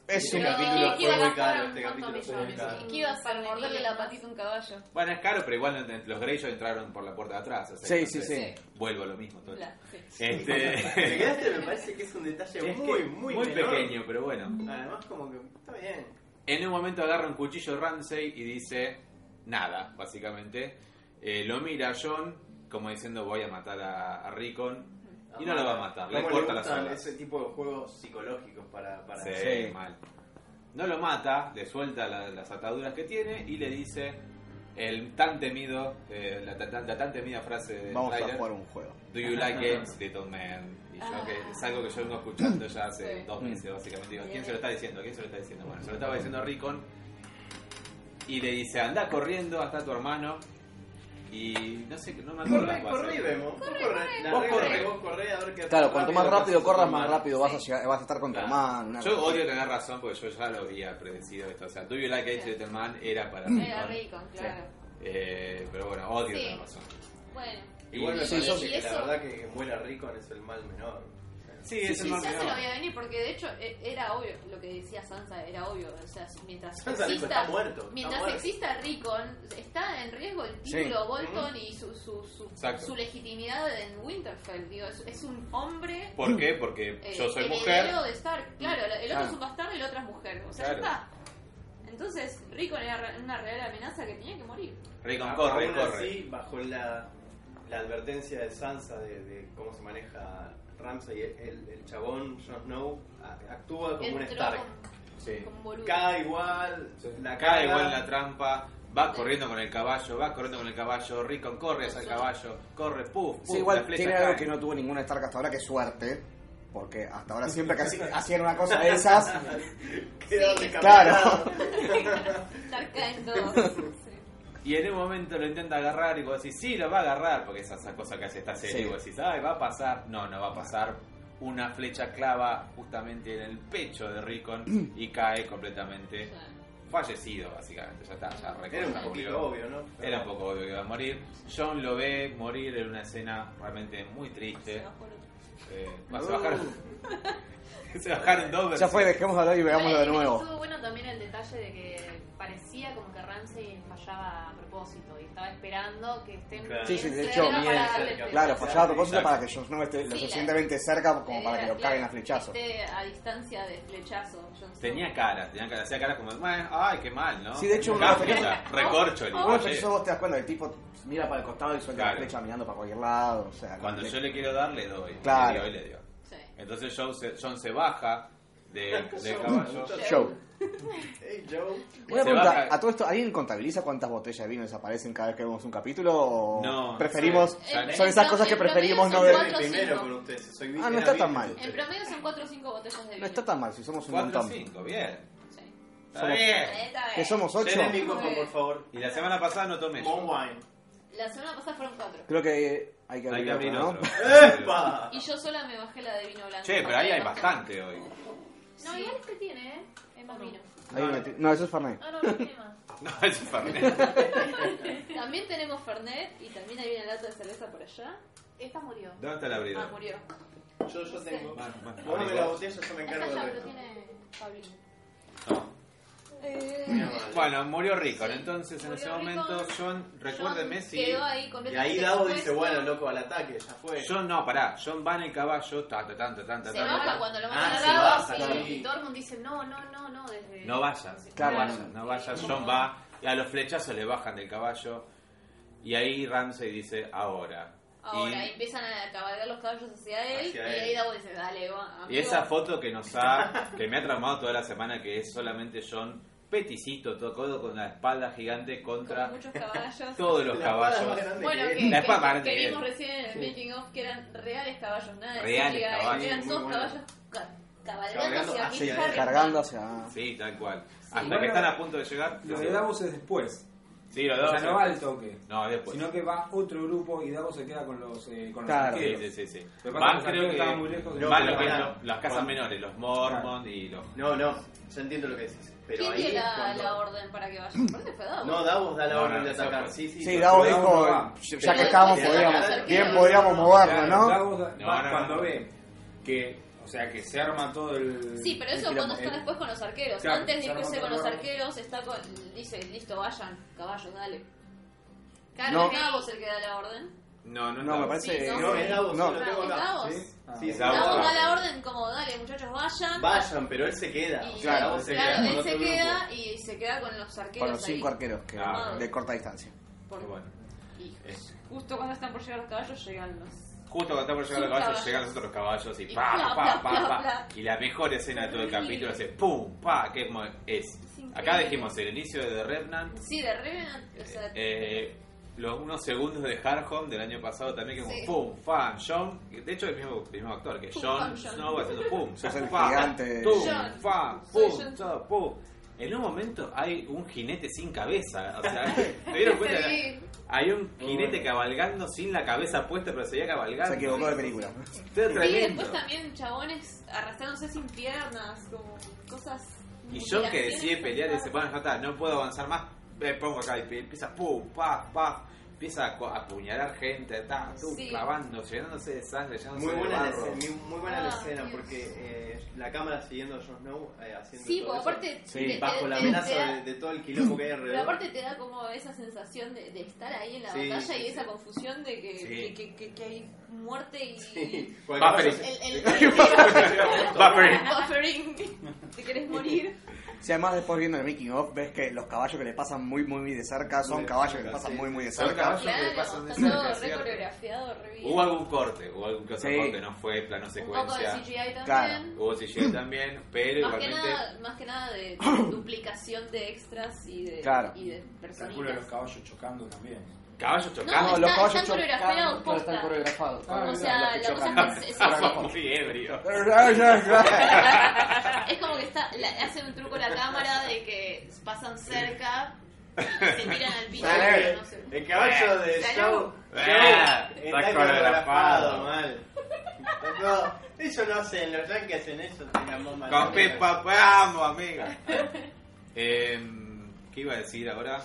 Es
Este
un
Pero
capítulo
que iba a
fue muy
gastar
caro,
un
este
montón
capítulo fue muy
millones.
caro.
¿Y qué iba a hacer?
Un par de
¿Morderle
millas
la
más.
patita a un caballo?
Bueno, es caro, pero igual los Greyjoy entraron por la puerta de atrás. o sea,
Sí, sí,
entonces,
sí.
Vuelvo a lo mismo. todo.
Bla, sí.
Este,
Te quedaste, me parece que es un detalle
es
muy,
que
muy,
muy
menor.
pequeño, pero bueno.
Además, como que está bien.
En un momento agarra un cuchillo Ramsey y dice nada, básicamente. Eh, lo mira John como diciendo voy a matar a, a Rickon y no lo va a matar, le
¿Cómo
corta las
gustan
alas.
Ese tipo de juegos psicológicos para. para
Sí,
Sí.
mal. No lo mata, le suelta la- las ataduras que tiene y le dice el tan temido, eh, la, ta- la tan temida frase de
Vamos a
Tyler,
jugar un juego.
Do you like games, little man? Y yo, que es algo que yo vengo escuchando ya hace
Ah. Sí.
dos meses, básicamente. Digo, ¿quién se lo está diciendo? ¿Quién se lo está diciendo? Bueno, se lo estaba diciendo Ricon. Y le dice, anda corriendo hasta tu hermano. Y no sé, no me acuerdo la
Corre,
frase.
corre, vemos. Corre, corre. La
Vos
regla
corre.
es que Vos corre, a ver qué
Claro, cuanto más rápido corras,
pasas
más
mal.
rápido vas a, llegar- vas a estar con tu
Claro.
hermano. una
Yo
cosa así.
odio tener razón porque yo ya lo había predecido esto. O sea, Do You Like Games, Little Man era para
Era
Ricon.
rico, claro.
Eh, pero bueno, odio
Sí.
tener razón.
Bueno.
Igual me
Sí,
parece
sí,
que
eso-
la verdad que que muera rico es el mal menor.
Sí,
Sí,
es
sí,
el
ya
más
se
menor.
lo veía venir porque de hecho e- era obvio lo que decía Sansa era obvio o sea mientras
Sansa dijo,
exista
"Está muerto, está
mientras
muerto".
exista Rickon está en riesgo el título Bolton y su su, su,
Exacto.
su legitimidad en Winterfell digo es, es un hombre
¿Por qué? Porque
eh,
yo soy
el
mujer.
heredero de Stark claro el otro
Claro.
es un bastardo y el otro es mujer o sea ya
Claro.
está entonces Rickon era re- una real amenaza que tenía que morir
Ricon,
Ah, Aún
corre, corre.
así, bajo la, la advertencia de Sansa de, de cómo se maneja Ramsay, el, el- el chabón Jon Snow, a- actúa como un
Entró
Stark.
como-
Sí.
como un boludo.
Cae igual,
Sí.
la
Acá
cae
igual en la trampa, va corriendo con el caballo, va corriendo con el caballo, Rickon corre hacia el caballo, corre, puff, puff,
Sí,
la
igual
flecha
tiene algo
cae.
que no tuvo ninguna Stark hasta ahora, que es suerte. Porque hasta ahora siempre que hacía- hacían una cosa de esas,
Queda
Sí.
recapitulado.
Estar cayendo. Sí.
Y en un momento lo intenta agarrar y vos decís, sí, lo va a agarrar, porque esa, esa cosa que hace esta serie,
Sí.
vos decís, ay, va a pasar. No, no va a pasar. Una flecha clava justamente en el pecho de Rickon y cae completamente fallecido, básicamente. Ya está, ya
Era un
recontra
poquito
murió.
obvio, ¿no?
Era un poco obvio que iba a morir. John lo ve morir en una escena realmente muy triste.
Se va por otro.
Eh, va,
Uh,
se bajaron. se bajaron dos
Uh. ya
versiones.
fue, dejemos de hablar y veámoslo de
Igual,
nuevo.
Estuvo bueno también el detalle de que parecía como que Ramsey fallaba a propósito y estaba esperando que estén
Claro.
bien
Sí, sí, de
cerca
hecho,
para
bien
darle
cerca.
el
Claro,
pedazo.
fallaba a propósito
Exacto.
para que Jon Snow esté lo
Sí,
suficientemente cerca
La
Eh,
como para que
idea,
lo caguen a
claro,
flechazos.
Esté a distancia de flechazo. Jon Snow.
Tenía cara, tenía cara, hacía cara como, "Bueno, ay, qué mal, ¿no?
Sí, de hecho,
Cambia,
una-
o sea, recorcho el
Bueno, pero eso vos te das cuenta, el tipo mira para el costado y suelta
Claro.
la flecha mirando para cualquier lado. O sea,
Cuando
le-
yo le quiero dar, le doy.
Claro.
Le doy, le doy.
Sí.
Entonces John se, John se baja del del caballo.
Show.
Hey, Joe.
Una
Se
pregunta,
baja-
a todo esto, ¿alguien contabiliza cuántas botellas de vino desaparecen cada vez que vemos un capítulo? ¿O
No,
preferimos?
sí. Ya-
son esas cosas que
en promedio
preferimos no
son
ver.
Soy
cuatro o
el primero
cinco.
con ustedes. Soy
Ah, no
era
está tan
virgen
mal.
de
En
ustedes.
promedio son 4 o 5 botellas de vino.
No está tan mal, si somos un
4
montón.
5, bien.
Sí.
Está
Somos-
bien.
Esta
¿Que
vez.
somos ocho?
Llenen mi copa, por favor.
Y la semana pasada no tomé.
More
yo.
wine.
La semana pasada fueron cuatro.
Creo que hay
Hay
que abrir,
que abrir
otro, ¿no?
otro.
¡Epa!
Y yo sola me bajé la de vino blanco.
Che, pero ahí hay bastante hoy.
No, igual este tiene, ¿eh? Es más vino.
Hay una ti- No, eso es Fernet.
No, no, no tiene más.
No, es un Fernet.
También tenemos Fernet y también hay una lata de cerveza por allá.
Esta murió.
¿Dónde está el
Ah,
abridor?
murió.
Yo, yo tengo.
Bueno, bueno,
Póngame
abridor.
la botella, yo me
Esta
encargo
ya
del
lo
resto.
tiene Paulín.
No. Bueno, murió Rickon.
Sí,
Entonces en
murió
ese momento,
Rickon.
John, recuérdeme si.
Quedó ahí
Y
completamente
ahí Davo dice,
expuesto.
bueno, loco, al ataque, ya fue.
John, no, pará. John va en el caballo. Ta, ta, tan, ta, tan, ta,
Se
tan, ta,
baja
tan.
cuando lo
Ah,
matan a
se
Davos
baja,
y,
claro.
y Dortmund dice, no, no, no, no, desde...
No vayas,
Claro.
no vayas, no vayas. John va, y a los flechazos le bajan del caballo. Y ahí Ramsey dice, ahora.
Ahora
y,
empiezan a cabalgar los caballos hacia él.
Hacia
y
él.
ahí Davo dice, dale, va.
y
amigo.
esa foto que nos ha, que me ha tramado toda la semana, que es solamente John peticito, tocado con la espalda gigante
Con
contra
muchos caballos.
todos los
La espada es más
caballos.
grande
Bueno,
que él.
que,
La
que-
espada
que
de
vimos
él.
recién en el making of que eran reales caballos, nada de
Reales
CGI,
caballos,
Eran
muy
todos
bueno.
caballos ca- cabalgando
Cabalgando
hacia
hacia
Pizarro.
Cargando hacia...
Sí, tal cual.
Bueno,
Hasta que están a punto de llegar.
Lo de Davos es después.
Sí, lo de
O sea, no va al
Davos.
toque.
No, después.
Sino que va otro grupo y Davos se queda con los, eh, con los
Claro.
Sí,
arqueros.
sí, sí, sí.
Pero
Van,
pasa que
creo que
estaban muy lejos de-
van
No,
los que-
pero-
las casas menores, los Mormon y los
No, no, yo entiendo lo que dices. Pero
¿Quién
ahí
dio
es
la,
cuando-
la orden para que vayan? ¿Por qué fue Davo?
No, Davos da la
No,
orden
no,
de
eso
atacar.
fue.
Sí, sí.
Sí,
pero-
Davos
Pero
dijo,
Davos
ya que estábamos,
Pero-
podíamos, bien
Pero-
podíamos movernos,
Claro,
¿no?
Davos va-
No, no, no.
cuando ve que, o sea, que se arma todo el...
Sí, pero eso
el
cuando
quilombo.
está después con los arqueros.
Claro,
Antes de
ya no
irse con
controló.
los arqueros, está con, dice, listo, vayan, caballos, dale.
Claro,
No.
¿Es Davos el que da la orden?
No, no,
No, me
no.
parece...
Sí, no.
No, es Davos,
No.
yo lo tengo
¿Es
acá.
Davos?
¿Sí? Ah.
Sí, sí,
Davos.
Davos da
Davos.
la orden como, dale, muchachos, vayan.
Vayan, pero él se queda.
Y,
O sea,
Claro,
Davos se
claro,
queda con
él se
otro
queda
grupo.
y se queda con los arqueros
Con los cinco
ahí.
arqueros que
Ah.
de corta distancia.
Por-
Bueno.
y
Es-
justo cuando están por llegar los caballos, llegan los...
Justo cuando está por llegar
Sus
los caballos,
caballos.
llegan los otros caballos y
Y
pa,
pla,
pa,
pla,
pa,
pla,
pa.
pla.
Y la mejor escena de todo el capítulo es el pum, pa, que es mo- es.
increíble.
Acá dijimos el inicio de The Revenant,
Sí, de Revenant, o sea,
eh, los unos segundos de Hard Home del año pasado también, que es
Sí.
como pum, fan, John. De hecho, el mismo, el mismo actor, que es
Pum,
John
pam, John.
Snow haciendo pum,
Sos el
pa,
gigante.
tum,
John.
fa,
Soy
pum,
John.
todo, pum. En un momento hay un jinete sin cabeza. O sea, ¿te dieron cuenta?
Sí.
Hay un jinete cabalgando sin la cabeza puesta, pero se veía cabalgando.
Se equivocó de película.
Esto es
Sí,
tremendo.
después también chabones arrastrándose sin piernas, como cosas.
Y John que
mutilaciones
decide pelear dice,
raras.
bueno, ya está, no puedo avanzar más, me pongo acá y pe- empieza pum, paf, paf, empieza a co- a apuñalar gente, ta, tú,
Sí.
clavando, llenándose de sangre, llenándose
Muy
de
buena, la
barro.
escena, muy buena la
Ah,
escena
Dios.
porque eh, la cámara siguiendo a Jon Snow eh, haciendo
Sí,
todo
porque
eso,
aparte.
Sí,
te- te-
bajo la
te- te
amenaza
da-
de, de todo el quilombo que hay
Pero
alrededor.
aparte te da como esa sensación de, de estar ahí en la
Sí,
batalla
sí,
y
sí.
esa confusión de que,
Sí.
que, que- que- que hay muerte y.
Sí,
Va,
cualquier
pero-
cosa.
El, el,
Buffering.
buffering. Te querés morir.
Si además después viendo el making of ves que los caballos que le pasan muy muy de cerca son caballos que le pasan muy muy de
Son
cerca.
caballos.
Claro,
que pasan de
está todo
cerca,
re
¿cierto?
coreografiado, re bien.
Hubo algún corte, hubo algún que otro
Sí.
corte, no fue plano
Un poco de
secuencia.
CGI también.
Claro.
Hubo CGI también, pero
Más que,
igualmente.
nada, más que nada de duplicación de extras y de,
Claro.
y de
Calculo los
personitas.
caballos chocando también.
Caballos
No,
chocando.
los están- caballos están chocan, coreografiados,
pero
posta.
están coreografados.
Ah,
o
los
sea,
que
la cosa
chocan.
es que es,
Ahora
Muy ebrio.
es como que está, la- hacen un truco a la cámara de que pasan cerca y se tiran al piso.
Dale.
no sé.
El caballo de
Salud.
Show.
Ah, está
Está
coreografado.
coreografado, mal. No, ellos no hacen, los yankees hacen eso, tengamos más.
Con Pepa, vamos, amiga. Em, ¿Qué iba a decir ahora?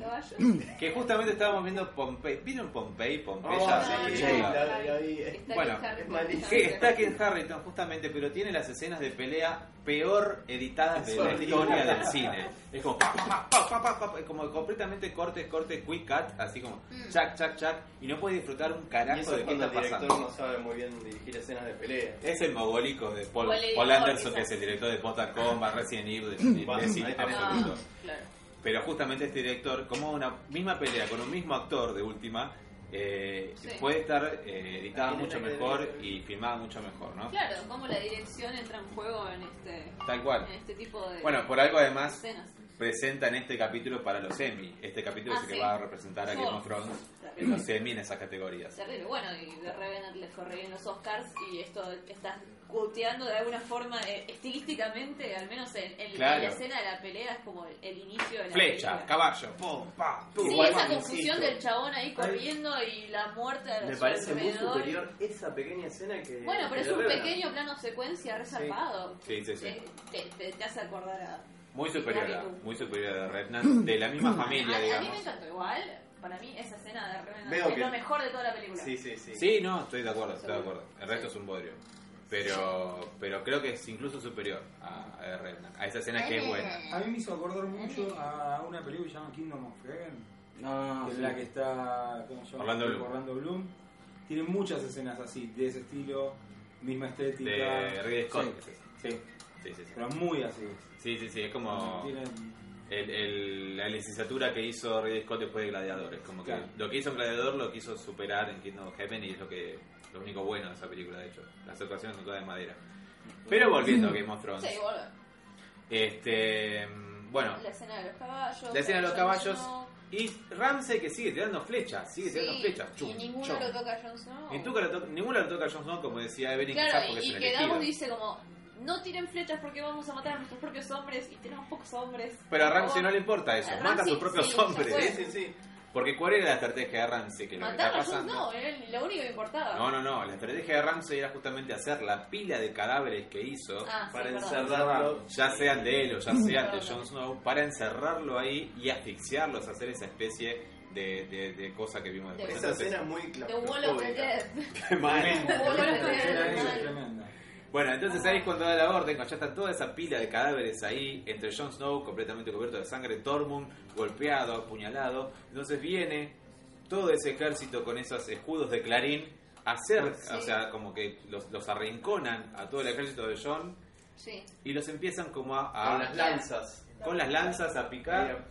Los caballos.
eh,
Que justamente estábamos viendo Pompey. ¿Vieron Pompey? Pompeya.
Oh,
la
sí,
película.
Sí.
la- eh. la vi.
Está
Bueno,
Kit Harington,
es malísimo.
Que está aquí en Harrington, justamente, pero tiene las escenas de pelea peor editadas de
Es
la
horrible.
historia del cine. Es como, pa, pa, pa, pa, pa, pa, pa, como completamente corte, corte, quick cut, así como,
Mm.
chac, chac, chac, y no puedes disfrutar un
Y
carajo
eso es
de qué
cuando
está
el director
pasando.
no sabe muy bien dirigir escenas de pelea.
Es el mogólico de Paul,
O el
Paul
editor,
Anderson,
quizás.
que es el director de Posta Combat, Resident Evil, de, de-
Ah. Bueno,
de cine
ahí tenés.
absoluto.
Claro.
Pero justamente este director, como una misma pelea con un mismo actor de última, eh,
Sí.
puede estar eh, editada
Ahí tenés
mucho
que
mejor
ver.
y filmada mucho mejor, ¿no?
Claro, como la dirección entra en juego en este,
Tal cual.
en este tipo de
Bueno, por algo además
escenas.
presentan este capítulo para los Emmy. Este capítulo
Ah,
es el
sí.
que va a representar a
Sí.
Game of Thrones en los Emmy en esas categorías.
Terrible. Bueno, y de Revenant les corrieron los Oscars y esto estás cuteando de alguna forma eh, estilísticamente, al menos en, en- en
Claro.
la escena de la pelea es como el, el inicio de la
Flecha,
película.
caballo, pum, pa, pum.
Sí,
Igual,
esa
insisto.
confusión del chabón ahí corriendo y la muerte de
Me
los
parece muy superior esa pequeña escena que.
Bueno, pero
que
es
la
un
revelan.
pequeño plano secuencia reservado.
Sí, sí, sí.
Te, te- te hace acordar a...
Muy superior, a-
Claro.
muy superior a Revenant, de la misma
Ah, a,
familia,
a mí me
digamos.
encantó igual. Para mí esa escena de Revenant
Veo
es
que-
lo mejor de toda la película.
Sí, sí, sí.
Sí, no, estoy de acuerdo, estoy de
Seguro.
acuerdo. El resto es un bodrio. Pero, pero creo que es incluso superior a, a Revenant, a esa escena que es buena.
A mí me hizo acordar mucho a una película que se llama Kingdom of Heaven, que es la que está ¿cómo se llama?
Orlando Bloom.
Orlando Bloom. Tiene muchas escenas así, de ese estilo, misma estética.
De Ridley Scott. que es esa.
Sí,
Sí, sí, sí.
pero muy así.
Sí, sí, sí, es como...
Tiene-
el, el- la licenciatura que hizo Ridley Scott después de Gladiador. Es como que
Claro.
lo que hizo en Gladiador lo quiso superar en Kingdom of Heaven y es lo que lo único bueno de esa película, de hecho. Las actuaciones son todas de madera. Pero volviendo a Game of Thrones.
Sí, boludo.
Este, mm, bueno,
La escena de los caballos.
la escena de los caballos.
Jon Snow.
Y Ramsey que sigue tirando flechas, sigue tirando
Sí,
flechas. Chum,
y ninguno
chum.
lo toca a Jon Snow.
Ni nunca lo toca- ninguno lo toca a Jon Snow, como decía Evelyn, quizás
Claro,
porque
y,
es
y
un
que
elegido.
Davos dice como, no tiren flechas porque vamos a matar a nuestros propios hombres y tenemos pocos hombres.
Pero a
Por
Ramsey no
favor.
le importa eso,
A
mata a
Ramsay,
sus propios
sí, ya
hombres.
fue.
Sí, sí, sí.
Porque ¿cuál era la estrategia de Ramsey? Que lo que
Matar
está
a Jon
pasando...
Snow, era lo único que importaba.
No, no, no. La estrategia de Ramsey era justamente hacer la pila de cadáveres que hizo,
Ah,
Para
sí, perdón.
encerrarlo.
ya sean de él o ya sean de
Perdón.
Jon Snow, para encerrarlo ahí y asfixiarlos, hacer esa especie de, de- de cosa que vimos
De-
después.
Esa escena es muy
The Wall of the
claustrofóbica.
Dead.
Mal.
The Wall of the
Era esa,
Dead.
tremenda.
Bueno, entonces ahí es cuando da la orden, cuando ya está toda esa pila de cadáveres ahí, entre Jon Snow completamente cubierto de sangre, Tormund golpeado, apuñalado. Entonces viene todo ese ejército con esos escudos de clarín, hacer,
Ah, Sí.
o sea, como que los, los arrinconan a todo el ejército de Jon
Sí.
y los empiezan como a, a-
Con las lanzas.
con las lanzas a picar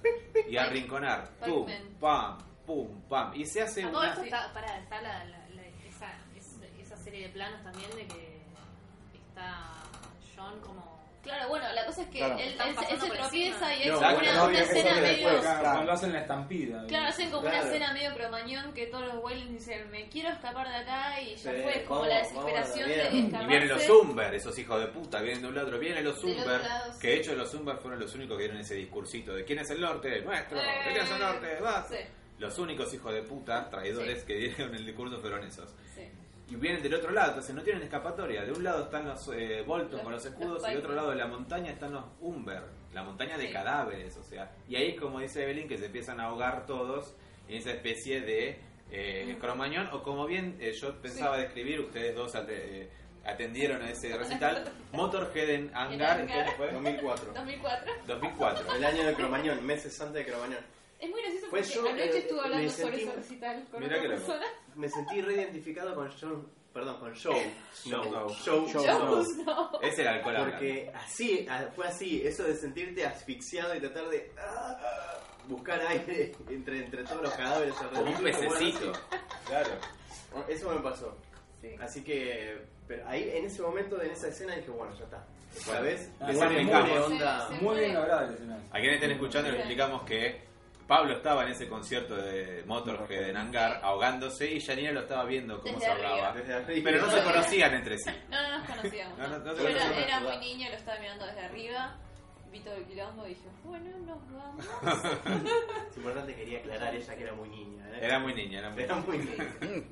y a arrinconar. Pum, pam, pum, pam. Y se
Ah,
hace
A todo
una...
esto está, pará, está la, la- la- esa, es- esa serie de planos también de que está John como...
Claro, bueno, la cosa es que
Claro.
él, él
Están
se- él
pasando
se
por
tropieza
encima.
y es
No,
como
bueno,
una,
no,
una
eso
escena
viene
medio...
después.
Claro,
Claro.
Cuando hacen la estampida.
Claro, hacen como
Claro.
una escena medio cromañón que todos los Wellens dicen, me quiero escapar de acá y ya
Sí,
fue, es como
vamos,
la
vamos a la
desesperación de
mierda.
escaparse.
Y
Y vienen los Zumber, esos hijos de puta, vienen de un lado, vienen los
Del otro
Zumber,
lado, sí.
que de hecho los Zumber fueron los únicos que dieron ese discursito de quién es el norte, nuestro,
Eh,
¿de quién es el norte, vas.
Sí,
Los únicos hijos de puta, traidores, que dieron el discurso fueron esos.
sí.
Y vienen del otro lado, entonces no tienen escapatoria. De un lado están los eh, Bolton
Los-
con los
los
escudos y del otro
Bolton.
lado de la montaña están los Umber, la montaña de
Sí.
cadáveres, o sea. Y ahí es como dice Evelyn que se empiezan a ahogar todos en esa especie de eh, cromañón, o como bien eh, yo pensaba describir, ustedes dos ate- eh, atendieron a ese recital, Motorhead en Hangar,
En
¿en qué año
Hangar.
fue?
2004.
2004.
2004.
El año de Cromañón, meses antes de Cromañón.
Es muy gracioso
Pues
porque
yo,
anoche
eh,
estuve
me
hablando sobre
sentí-
ese recital con
Mirá
una
que loco.
persona.
Me sentí reidentificado con John perdón, con Joe.
Joe.
Joe.
Joe
Joe.
Jones, no.
Es el alcohol hablando.
Porque así, a- fue así, eso de sentirte asfixiado y tratar de ah, buscar aire entre, entre todos los cadáveres
Como un
alrededor.
pececito. Claro.
Bueno, Eso me pasó.
Sí.
Así que, pero ahí en ese momento, en esa escena, dije, bueno, ya está.
Bueno.
¿Sabes?
Ah,
Le
bueno,
saqué
muy
una
bien.
onda.
Sí,
Muy bien logrado el escenario.
A quienes estén escuchando les explicamos que Pablo estaba en ese concierto de Motorhead en Hangar ahogándose y Yanina lo estaba viendo cómo
Desde
se ahogaba.
arriba.
desde arriba.
Pero no se conocían entre sí.
No, no nos conocíamos.
No, no, no te
Yo era,
conocíamos.
era muy niña, lo estaba mirando desde arriba. Vi todo el quilombo y dije, bueno, nos vamos.
Es importante quería aclarar ella que era muy niña. ¿eh?
Era muy niña, era muy
Era
niña.
muy niña.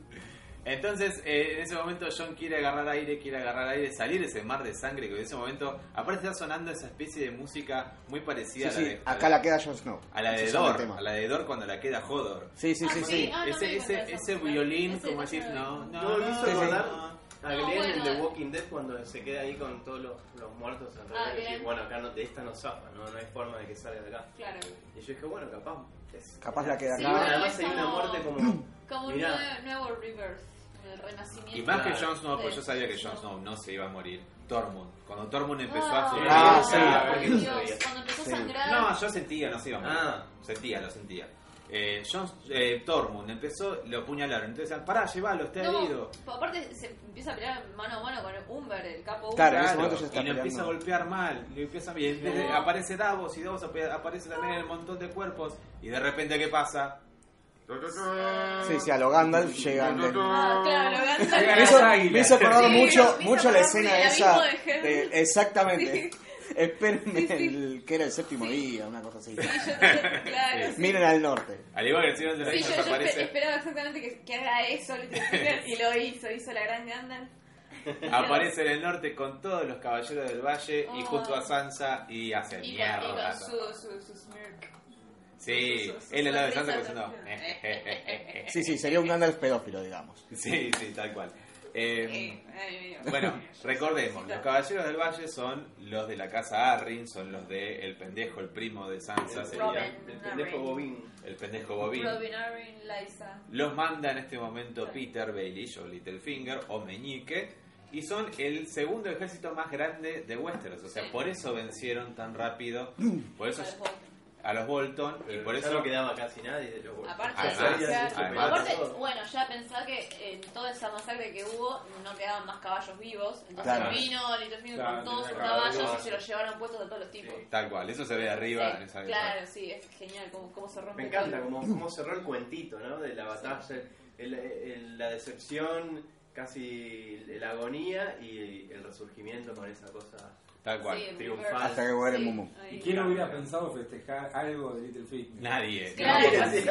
Entonces, eh, en ese momento John quiere agarrar aire, quiere agarrar aire, salir de ese mar de sangre que en ese momento, aparte está sonando esa especie de música muy parecida
Sí,
a la
sí,
de,
acá la queda Jon Snow.
a la de
Ese es
Dor,
el tema.
a la de Dor cuando la queda Hodor.
Sí, sí,
Ah,
sí,
sí.
sí.
Ah, no me
ese
di
ese,
cuenta de eso.
ese violín,
Ese
como
detalle
decís,
no
no,
lo vi.
no,
No lo hizo
no,
acordar
no.
a
No,
Glenn en
bueno.
The Walking Dead cuando se queda ahí con todos los, los muertos alrededor
Ah,
y decir,
Glenn.
bueno, acá no, de esta no zafa, no, no hay forma de que salga de acá.
Claro.
Y yo dije, bueno, capaz. es-
Capaz la queda
Sí,
Y bueno,
acá.
además
es
hay una
como-
muerte como.
Como un
Mirá.
nuevo, nuevo reverse, el renacimiento.
Y más que
Claro.
Jon Snow, pues yo sabía que
Sí.
Jon Snow no se iba a morir. Tormund, cuando Tormund empezó a
Ah,
sufrir,
Ah,
Dios,
sí.
cada vez
ay,
que lo
Dios,
sabía.
Cuando empezó
Sí.
a sangrar.
No, yo sentía, no se iba a morir.
Ah.
Sentía, lo sentía. Eh, Jon- eh, Tormund empezó, lo apuñalaron. Entonces, decían, pará, llévalo, está
No,
herido.
pero aparte se empieza a pelear mano a mano con Umber, el capo Umber.
Claro, en ese
Claro,
momento ya
y
está
lo empieza a
peleando.
golpear mal, lo empieza a- y entonces
No.
aparece Davos y Davos ap- aparece también en el montón de cuerpos y de repente ¿qué pasa?
Sí, sí, a lo Gandalf llegan. de-
Ah, claro, lo gasta.
Me hizo, me hizo acordar
Sí,
mucho,
me hizo
mucho la
acordar
escena
del
esa.
abismo de Helm.
de- exactamente. Espérenme,
Sí, sí.
el- que era el séptimo día, una cosa así.
Claro, sí.
Miren al norte.
Al igual que el Señor de los
Sí, yo,
Anillos
yo espe-
aparece,
esperaba exactamente que, que haga eso, literalmente, y lo hizo, hizo la gran Gandalf.
aparece en el norte con todos los caballeros del valle y
Oh.
junto a Sansa y hace
Y con, y
mierda. Eh,
con su, su, su smirk.
Sí,
su- su
él al lado de Sansa
sonrisa
pensando.
también.
Sí, sí, sería un Gandalf pedófilo, digamos.
Sí, sí, tal cual. Eh,
Eh, ay, mío.
Bueno, recordemos, los caballeros del valle son los de la casa Arryn, son los de el pendejo, el primo de Sansa sería
Robin.
El pendejo Bobín.
el pendejo Bobín.
Robin Arryn, Liza.
Los manda en este momento Peter Baelish o Littlefinger o Meñique y son el segundo ejército más grande de Westeros, o sea,
Sí.
por eso vencieron tan rápido, por eso
Aparte,
a los Bolton y
Pero
por
ya
eso
no quedaba casi nadie de los
Además,
o sea,
además.
aparte, bueno, ya pensaba que en toda esa masacre que hubo no quedaban más caballos vivos. Entonces
Claro.
vino Littlefinger
Claro,
con todos sus
claro,
caballos
claro.
y se los llevaron puestos de todos los tipos.
Sí.
tal cual, eso se ve arriba en
Sí,
esa-
claro, sí, es genial cómo, cómo se rompe.
Me encanta
todo.
cómo, cómo cerró el cuentito, ¿no? De la batalla, el- el- la decepción, casi la agonía y el resurgimiento con esa cosa.
tal cual.
Sí,
Triunfal.
River.
Hasta que muere
Sí,
Mumu.
ahí.
¿Y quién hubiera pensado festejar algo de Little Finger?
Nadie,
Claro,
nadie,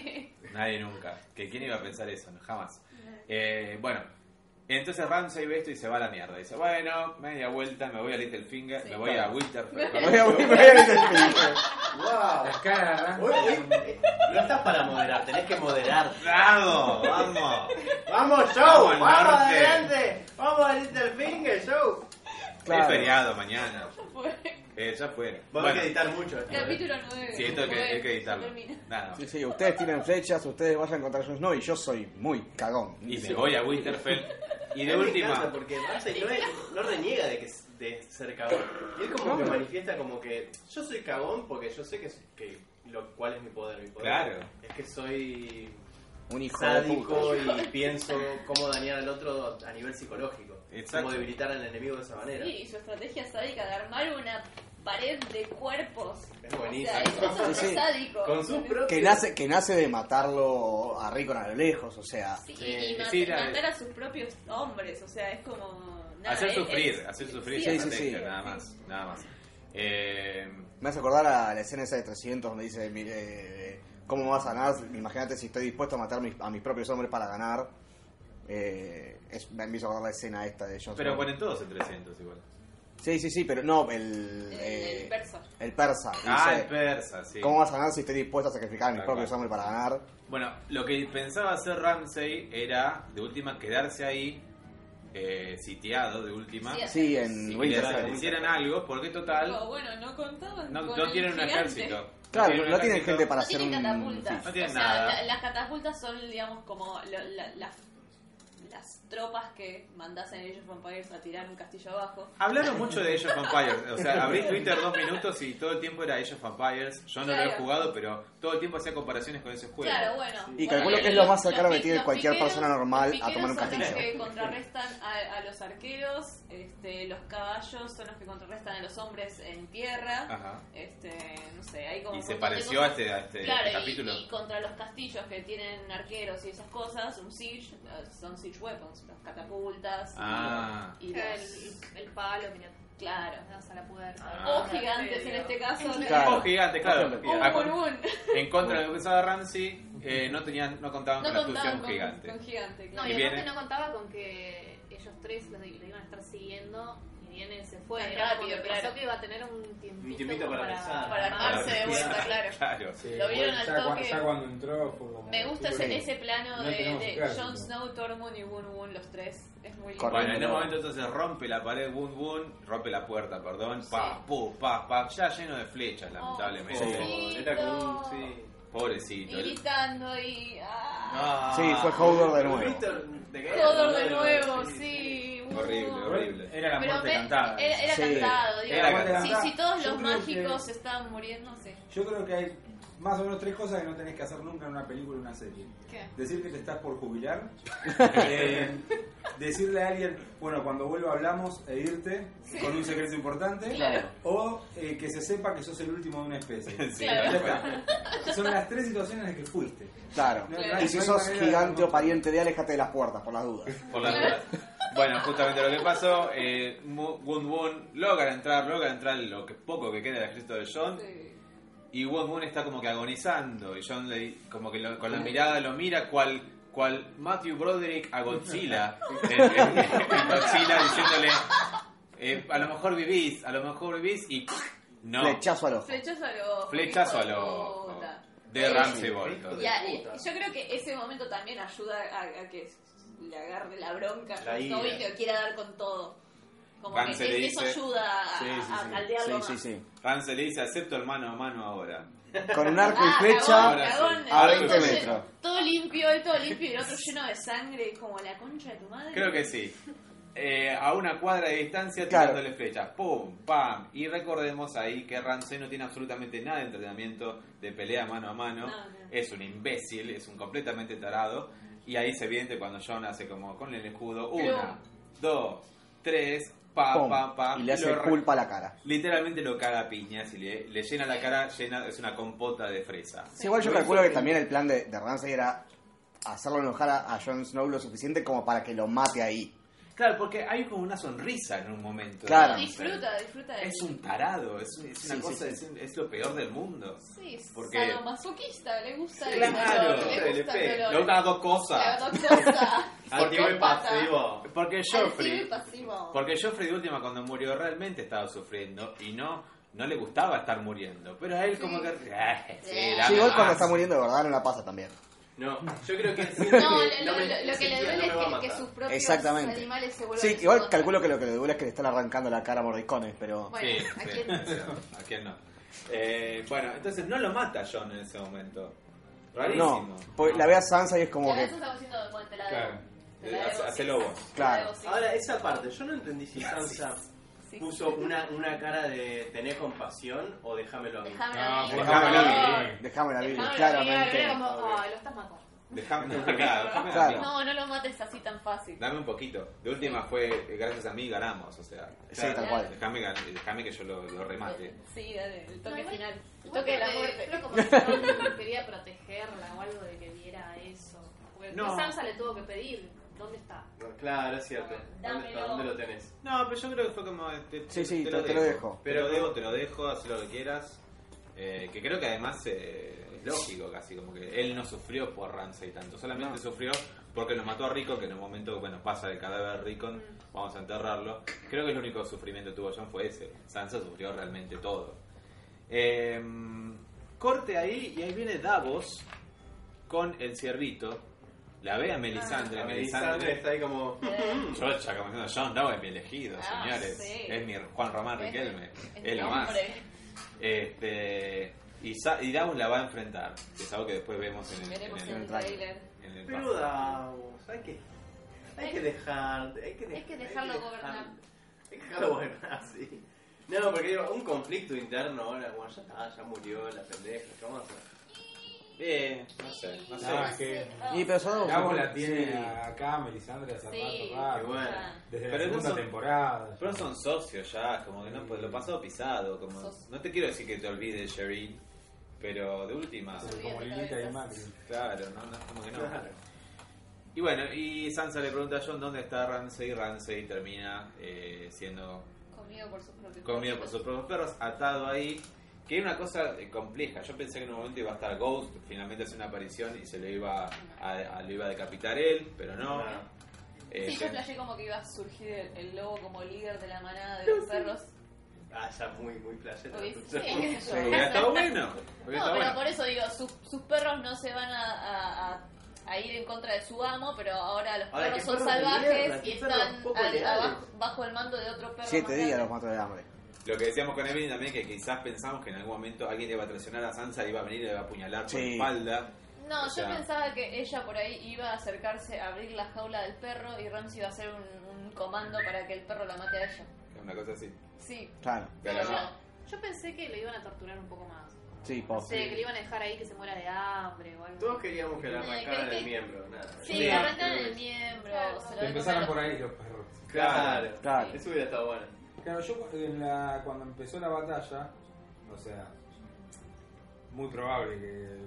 sí.
nadie nunca. Que quién iba a pensar eso, No, jamás. Eh, bueno, entonces Ramsay ve esto y se va a la mierda. Dice, bueno, media vuelta, me voy a Littlefinger,
Sí.
me voy a Winterfell.
Me voy a- me voy a ver el film.
¡Wow!
Las caras
Hoy,
arrancan.
hoy, eh, no estás para moderar, tenés que moderar.
¡Bravo! ¡Vamos!
¡Vamos,
Vamos
show!
al
¡Vamos,
norte.
adelante! ¡Vamos a Littlefinger, show!
Claro.
Es feriado mañana.
Fue
Eh, ya fue.
Vamos a editar mucho. esto, ¿eh?
Capítulo 9.
sí, esto hay que, hay que editarlo. Nada.
Sí, sí, ustedes tienen flechas, ustedes vayan contra Jon Snow y yo soy muy cagón.
Y me voy a Winterfell. Y de
A mí me encanta
última.
Porque Ramsey no, es- no reniega de, que, es- de ser cagón. Y él como que manifiesta como que yo soy cagón porque yo sé que, es- que lo cuál es mi poder. Mi poder
Claro.
Es que soy
Un hijo de puta.
sádico y pienso cómo dañar al otro a nivel psicológico.
Exacto.
Cómo debilitar al enemigo de esa manera.
Sí, y su estrategia sádica de armar una pared de cuerpos.
Es buenísimo.
O sea, eso es
Sí, sí.
sádico.
Con su propio...
Que nace, que nace de matarlo a Rickon a lo lejos, o sea.
Sí,
Eh,
y mat-
sí, la-
matar a sus propios hombres, o sea, es como... nada,
Hacer
es-
sufrir,
es-
hacer sufrir
Sí,
la
sí, sí.
estrategia, nada más. Nada más. Eh,
Me hace acordar a la escena esa de 300 donde dice, mire, eh, ¿cómo me vas a ganar? Imagínate si estoy dispuesto a matar mis- a mis propios hombres para ganar. Eh, es- me hizo acordar la escena esta de Jon
pero
Snow.
ponen todos en 300 igual.
Sí, sí, sí, pero no, el...
El-
eh,
el persa.
El persa.
Ah,
dice,
el persa, sí.
¿Cómo vas a ganar si estoy dispuesto a sacrificar a mis
Tal
propios
cual.
hombres para ganar?
Bueno, lo que pensaba hacer Ramsey era, de última, quedarse ahí, eh, sitiado, de última.
Sí,
Sí, en
Y que
Winterfell.
les hicieran algo, porque total,
Como, bueno, no contaban
no,
con
no
el
tienen un
gigante.
ejército.
Claro,
un
no tienen
ejército.
gente para
No
hacer
tienen
un...
catapultas.
No tienen
o sea,
nada.
la- las catapultas son, digamos, como lo- la- la- las tropas que mandas en Age of Empires a tirar un castillo abajo.
Hablaron mucho de Age of Empires. O sea, abrí Twitter dos minutos y todo el tiempo era Age of Empires. Yo no lo he
Claro.
jugado, pero todo el tiempo hacía comparaciones con ese juego.
Claro, bueno.
Y
Bueno,
calculo
el-
que es lo más
los
cercano que
pi-
tiene
los
cualquier
piqueros-
persona normal
los
a tomar
piqueros
un
son
castillo.
los que contrarrestan a, a los arqueros, este, los caballos son los que contrarrestan a los hombres en tierra.
Ajá.
Este, no sé, hay como
Ah. Y
un
se
montón de
pareció a
cosas.
este, a este-
Claro,
este
y-
capítulo.
Y, contra los castillos que tienen arqueros y esas cosas, un siege, eh, son siege weapons, las catapultas
Ah.
y los-
El, el palo que le
claro.
das a la puerta.
Ah.
O gigantes en este caso.
Claro.
Oh, gigante, claro.
Por
O un
Ah, con-
burbún.
En contra de lo que pensaba Ramsey, eh, no, tenían, no contaban
No
con la astucia de
contaban
un
con
gigante.
con gigante.
No,
claro.
Y
y
viene-
aparte no contaba con que ellos tres lo, lo iban a estar siguiendo y viene se fue.
Tan
Era como
rápido,
que
claro.
pensó que iba a tener un tiempito,
Un tiempito
como
para pensar.
Para armarse de vuelta, claro.
Ah, Claro.
Sí,
Lo vieron al
ya, cua-
toque.
ya cuando entró fue como.
Me gusta
Sí.
ese, ese plano
No
de,
tenemos
de
claro,
Jon
no.
Snow, Tormund y Woon Woon, los tres. Es muy lindo.
Correcto.
Bueno, en un momento entonces rompe la pared, boom, boom, rompe la puerta, perdón, pa,
Sí. Oh,
pu, pa, pa, ya lleno de flechas, lamentablemente.
Sí.
Era como un. Sí.
Y
Pobrecito. el-
gritando y... ah,
Sí, fue Hodor de nuevo.
Víctor, de que-
Hodor de nuevo, sí.
uh.
Woon
Horrible,
Woon.
horrible.
Era la
Pero
muerte
me-
cantada.
Era, era
Sí.
cantado, digo.
Era cantado.
Si, si todos
Yo
los
creo
mágicos estaban muriendo, sí.
Yo creo que hay más o menos tres cosas que no tenés que hacer nunca en una película o una serie.
¿Qué?
Decir que te estás por jubilar. eh, decirle a alguien, bueno, cuando vuelva hablamos e irte con un secreto importante.
Claro.
O eh, que se sepa que sos el último de una especie.
Sí,
Claro.
Ya está. Son las tres situaciones en las que fuiste.
Claro.
No,
Claro.
no hay-
Y si
no hay
sos
manera de-
gigante o pariente de, alejate de las puertas, por las dudas.
Por la duda. Bueno, justamente lo que pasó, eh, Mu- Wun Wun logra entrar, logra entrar lo que poco que queda del ejército de John.
Sí.
Y Won Won está como que agonizando. Y John le, como que lo- con la mirada lo mira cual, cual Matthew Broderick a Godzilla. en, en- en Godzilla diciéndole, eh, a lo mejor vivís, a lo mejor vivís y... No.
Flechazo al ojo.
Flechazo a lo...
Flechazo a
hijo de
lo...
puta.
De Ramsey Bolt.
Hijo de
Ya, eh,
puta.
yo creo que ese momento también ayuda a, a que le agarre la bronca
La
a Snow
ira.
y que quiera dar con todo. Como
Vance
que
le
eso
dice-
ayuda a,
Sí, sí,
a
sí.
caldearlo
Sí, sí,
más.
sí.
Ramsey le dice, acepto el mano a mano ahora.
Con un arco y
Ah,
flecha.
cagón, cagón,
a
el
20
otro
metros.
lleno- Todo limpio, él todo limpio y el otro lleno de sangre, como la concha de tu madre.
Creo que sí. Eh, a una cuadra de distancia
Claro.
tirándole flechas. ¡Pum! ¡Pam! Y recordemos ahí que Ramsey no tiene absolutamente nada de entrenamiento de pelea mano a mano.
No, no.
Es un imbécil, es un completamente tarado. Y ahí se evidente cuando John hace como con el escudo. Una, dos, tres, pa,
pum,
pa, pa.
Y le hace
lo re-
culpa a la cara.
Literalmente lo caga a piñas y le, le llena la cara, llena, es una compota de fresa.
Sí, igual yo calculo que también el plan de, de Ramsay era hacerlo enojar a, a Jon Snow lo suficiente como para que lo mate ahí.
Claro, porque hay como una sonrisa en un momento. de
Claro.
Ramsey.
Disfruta, disfruta de
Es un tarado, es, es una
Sí,
cosa,
sí,
es un- Es, lo peor del mundo.
Sí, es
Porque-
sadomasoquista, le gusta el
Claro,
dolor, le gusta el
Lo
dolor.
una dos cosas.
La cosa.
Activo y
Psicópata.
pasivo.
Porque
Activo y
Joffrey,
pasivo.
porque Joffrey de última cuando murió realmente estaba sufriendo y no, no le gustaba estar muriendo. Pero a él como que... "Ah, sí, dame
Sí, igual cuando
más".
está muriendo de verdad no la pasa también.
No, yo creo que
No, lo, lo- lo- lo que le duele
va a
es que, que
matar.
sus propios
Exactamente.
animales se vuelvan.
Sí, igual calculo que lo que le duele es que le están arrancando la cara a mordiscones, pero...
Bueno,
Sí,
¿a
sí.
quién?
¿A quién no? Eh, bueno, entonces no lo mata John en ese momento. Rarísimo.
No, porque la ve a Sansa y es como
Como
que...
estamos diciendo, bueno, te la debo.
Claro.
Te la debo,
Hace-
sí.
Eh, hacelo vos.
Te la
Claro.
debo, sí.
Ahora, esa parte, yo no entendí si Sansa
Sí.
puso una, una cara de tener compasión o déjamelo a mí.
Déjame
Ah,
la
bueno,
déjamela
vida.
bien.
Déjame la Biblia,
Claro,
claramente.
era como, "Ay, lo estás matando.
Dejame, claro, dejame a
Claro.
mí.
No, no lo mates así tan fácil.
Dame un poquito. De última fue, eh, gracias a mí ganamos, o sea.
Sí, tal cual.
Déjame, gan- déjame que yo lo, lo remate.
Este, Sí, dale, el
No,
toque
igual-
final. El
Creo
toque de
que
la
creo
muerte.
como que Jon quería protegerla o algo de que viera eso. Porque
No.
Sansa le tuvo que pedir, ¿dónde está?
Claro, es cierto. ¿Dónde, está?
Dámelo.
¿Dónde lo tenés?
No, pero yo creo que fue como. Este,
Sí, sí, te- te lo dejo.
Pero te lo dejo, te lo dejo, haz lo que quieras. Eh, que creo que además eh, es lógico, casi como que él no sufrió por Ramsey tanto, solamente
No.
sufrió porque lo mató a Rico, que en un momento, bueno, pasa el cadáver de Rickon, vamos a enterrarlo. Creo que el único sufrimiento que tuvo John fue ese. Sansa sufrió realmente todo. Eh, corte ahí y ahí viene Davos con el ciervito. La ve a Melisandre. Melisandre
La Melisandre está ahí como. "Mm,
Chocha, como diciendo, John Doe es mi elegido,
Ah,
señores.
sí.
Es mi Juan Román
Es-
Riquelme.
es
Es lo
mi
más.
hombre.
Este, y, Sa- y Davos la va a enfrentar. Que es algo que después vemos en el,
Veremos
en
en
el-
el
trailer.
trailer.
en el-
Pero Davos, ¿sabes qué? Hay que dejar, hay que, de-
Hay que dejarlo
hay que
gobernar.
Hay que dejarlo gobernar, sí. No, porque digo, un conflicto interno ahora, bueno, ya está, ya murió la pendeja, ¿qué vamos a hacer?
Bien, no sé, no sé.
Ah, que
Y pero son dos-
Gabo la tiene
sí.
acá, Melisandre, hace
Sí,
rato, rato.
bueno.
ya.
Desde
Pero
la
no
segunda
son-
temporada.
Pero son socios ya, como que no, pues lo pasado pisado. Como,
Sos-
no te quiero decir que te olvides, Sherry, pero de última,
Son como Lilita y Macri.
claro, no, no, como que no. Y bueno, y Sansa le pregunta a John dónde está Ramsey, Ramsey termina eh, siendo
Comido por sus propios
comido por sus propios perros, atado ahí, que era una cosa eh, compleja. Yo pensé que en un momento iba a estar Ghost, finalmente hace una aparición y se lo iba a, a- lo iba a decapitar él, pero no.
Ah.
Eh,
Sí,
se-
yo flashé como que iba a surgir el, el lobo como líder de la manada de los perros.
Ah, ya muy, muy playera.
¿Lo viste? Sí.
hubiera estado bueno. Hubiera
No,
estado
pero
bueno.
por eso digo, sus, sus perros no se van a, a- a- a ir en contra de su amo, pero ahora los
Ahora,
perros
¿qué
son
perros de
salvajes
mierda? ¿Qué
y
perros
están
poco
al-
leales?
abajo- bajo el mando de otro perro.
Siete
más
días los
grande.
mato de hambre.
Lo que decíamos con Evelyn también, que quizás pensamos que en algún momento alguien le iba a traicionar a Sansa y iba a venir y le iba a apuñalar por
Sí.
la espalda.
No,
O
yo
sea-
pensaba que ella por ahí iba a acercarse a abrir la jaula del perro y Ramsey iba a hacer un, un comando para que el perro la mate a ella.
Una cosa así.
Sí,
Claro.
Pero
pero
no.
no.
Yo pensé que lo iban a torturar un poco más.
Sí,
Oh,
No
post.
sé, que lo iban a dejar ahí que se muera de hambre o algo.
Todos queríamos que le
Eh,
arrancaran
que-
el miembro, nada.
Sí,
Sí,
le arrancaron
arrancaron
el miembro.
Claro.
se lo
Que empezaron
decoraron.
por ahí los perros.
Claro,
Claro.
Eso hubiera estado bueno.
Claro, yo en la, cuando empezó la batalla, o sea, muy probable que,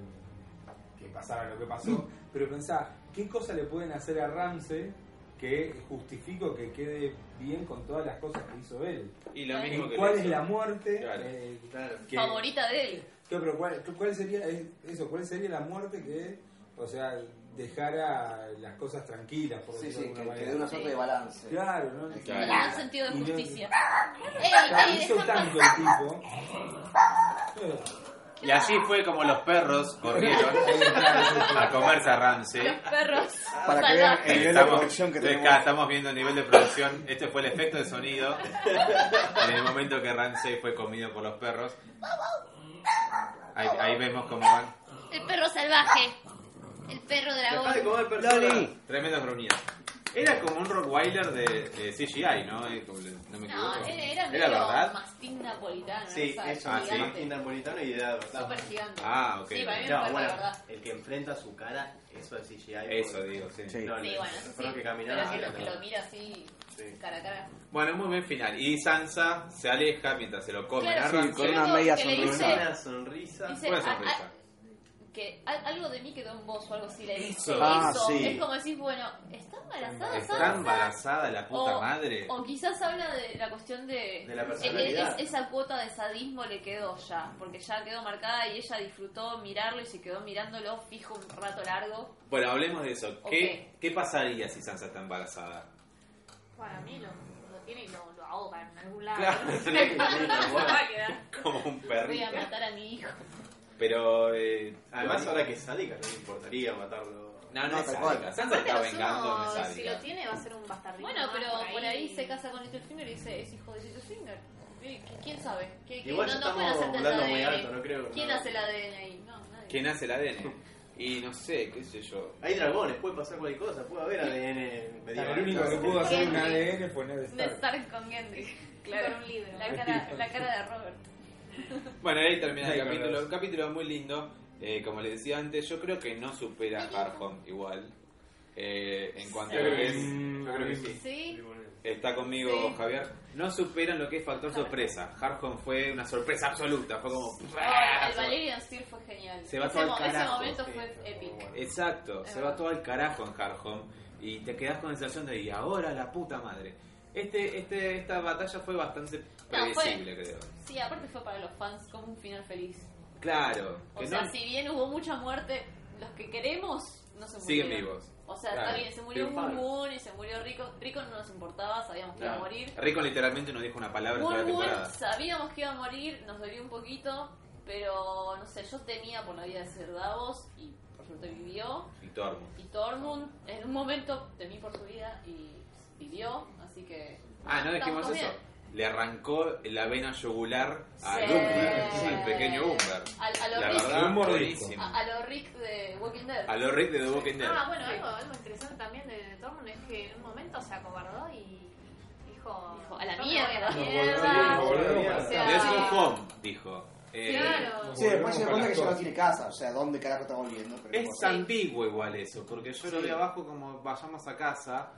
que pasara lo que pasó, pero pensá, ¿qué cosa le pueden hacer a Ramsey que justifico que quede bien con todas las cosas que hizo él?
Y lo mismo que.
¿Cuál
le
es
hizo.
la muerte?
Claro.
eh,
Claro.
que-
Favorita de él.
que- pero cuál, cuál sería es- eso? ¿Cuál sería la muerte que, o sea, dejara las cosas tranquilas, por
Sí,
decirlo
sí,
de
que,
alguna
que
manera?
dé una suerte de balance.
Claro, ¿no?
Claro.
Le da un sentido de
Y no-
justicia.
Claro, hizo tanto el tipo. Eh,
Y así fue como los perros corrieron a comerse a Ramsey.
Perros.
Para que vean el nivel de producción que
acá
tenemos.
estamos viendo el nivel de producción. Este fue el efecto de sonido en el momento que Ramsey fue comido por los perros. Ahí, ahí vemos cómo van.
El perro salvaje. El perro
Dejá de comer personas.
Loli.
Tremendos gruñidos. Era como un Rottweiler de, de CGI, ¿no? Eh, como le- No me equivoco.
No, él era medio
¿Era verdad?
mastín napolitano.
Sí,
esa
eso,
Ah,
sí,
sí.
más
gigante.
napolitano y de la verdad.
Súper gigante.
Ah, ok.
Sí, para mí me
No,
parece
bueno,
la verdad.
el que enfrenta su cara, eso es CGI.
Eso
porque-
digo, sí.
Sí.
No,
Sí,
los-
bueno, eso
los
sí.
perros que caminaban.
Pero que lo, que
no.
lo mira así,
Sí.
cara a cara.
Bueno, muy buen final. Y Sansa se aleja mientras se lo comen
Claro,
a
sí,
Ramsay.
con
yo
una
creo
media
que le
sonrisa.
dice-
Una sonrisa.
Dice,
Buena
"Ah,
sonrisa.
ah, que al- algo de mí quedó en vos o algo así le dice.
Eso.
Ah,
eso.
sí.
Es como decir, bueno, ¿está embarazada
Está
Sansa?
embarazada la puta
ah, O-
madre.
O quizás habla de la cuestión de...
De la
Es-
personalidad.
es- esa cuota de sadismo le quedó ya, porque ya quedó marcada y ella disfrutó mirarlo y se quedó mirándolo fijo un rato largo.
Bueno, hablemos de eso. ¿Qué,
Ok.
¿Qué pasaría si Sansa está embarazada?
Para mí lo, lo tiene y lo, lo ahogan en algún lado.
Claro, tendría que tener
Se
como-
va a quedar.
como un
Ah. Voy a
perrito.
matar a mi hijo.
Pero eh,
Además, ahora que sádica no le importaría matarlo.
no, no
No,
es
tal
sádica.
cual.
Sansa está
Pero si
vengando, no es
uno- Si lo
sádica.
tiene va a ser un bastardito.
Bueno,
más
pero por ahí se casa con Littlefinger y dice, es hijo de Littlefinger. Eh, ¿Quién sabe? ¿Qué, qué?
Igual ya
pueden
estamos
hacerte el
volando muy
ADN.
alto, no creo.
¿Quién
no.
hace el ADN ahí? No, nadie.
¿Quién hace el ADN? Y no sé, qué sé yo.
Hay dragones, puede pasar cualquier cosa, puede haber ADN medieval.
El único que pudo hacer un ADN fue Ned
De
Stark.
Stark con Gendry. Claro,
Con un libro.
La cara, la cara de Robert.
Bueno, ahí termina el
Sí,
capítulo.
claro.
Un capítulo muy lindo. Eh, como les decía antes, yo creo que no supera a Harhom igual. Eh, en cuanto a lo
Mm.
que es.
Yo creo que sí.
¿Sí?
Está conmigo
Sí.
Javier. No superan lo que es factor sorpresa. Harhom fue una sorpresa absoluta. Fue como.
Oh, el Valerian Steel fue genial.
Se va
ese,
todo al
mo- ese
carajo,
momento
sí,
fue
estuvo
épico.
bueno.
Exacto,
Es
se va
verdad.
todo al carajo en Hard Home y te quedas con la sensación de y ahora la puta madre. Este, este, esta batalla fue bastante
No, fue-
predecible, creo.
Sí, aparte fue para los fans como un final feliz.
Claro,
O
que
sea,
no-
si bien hubo mucha muerte, los que queremos no se
Siguen
murieron.
vivos.
O sea,
Claro,
está bien, se murió
triunfaron.
Moon y se murió Rico. Rico no nos importaba, sabíamos que iba a
Claro.
morir.
Rico literalmente no dijo una palabra en toda la
Moon Moon
temporada.
sabíamos que iba a morir, nos dolió un poquito, pero no sé, yo temía por la vida de Ser Davos y por suerte vivió.
Y Tormund.
Y Tormund en un momento temí por su vida y vivió, así que...
Ah, no
estamos
dijimos
todos
eso.
bien.
le arrancó la vena yugular al
Sí.
Umber, al pequeño Umber.
Al- a lo
La
Rick.
verdad,
Humor rico.
buenísimo.
A, a lo Rick de Walking Dead.
A lo Rick de The Walking Dead.
Ah, bueno, algo, algo interesante también de, de Thorne es que en un momento se acobardó y dijo...
Dijo, a la
"Yo me voy a
mierda".
la mierda.
Nos volvemos
O
para
sea,
Let's go home, dijo. Eh,
Claro.
Nos
Sí, después
volvemos
se da
para
cuenta
las
que ya no
cosas.
tiene casa, o sea, ¿dónde carajo está volviendo? Pero
Es
bueno.
ambiguo igual eso, porque yo lo veo abajo como vayamos a casa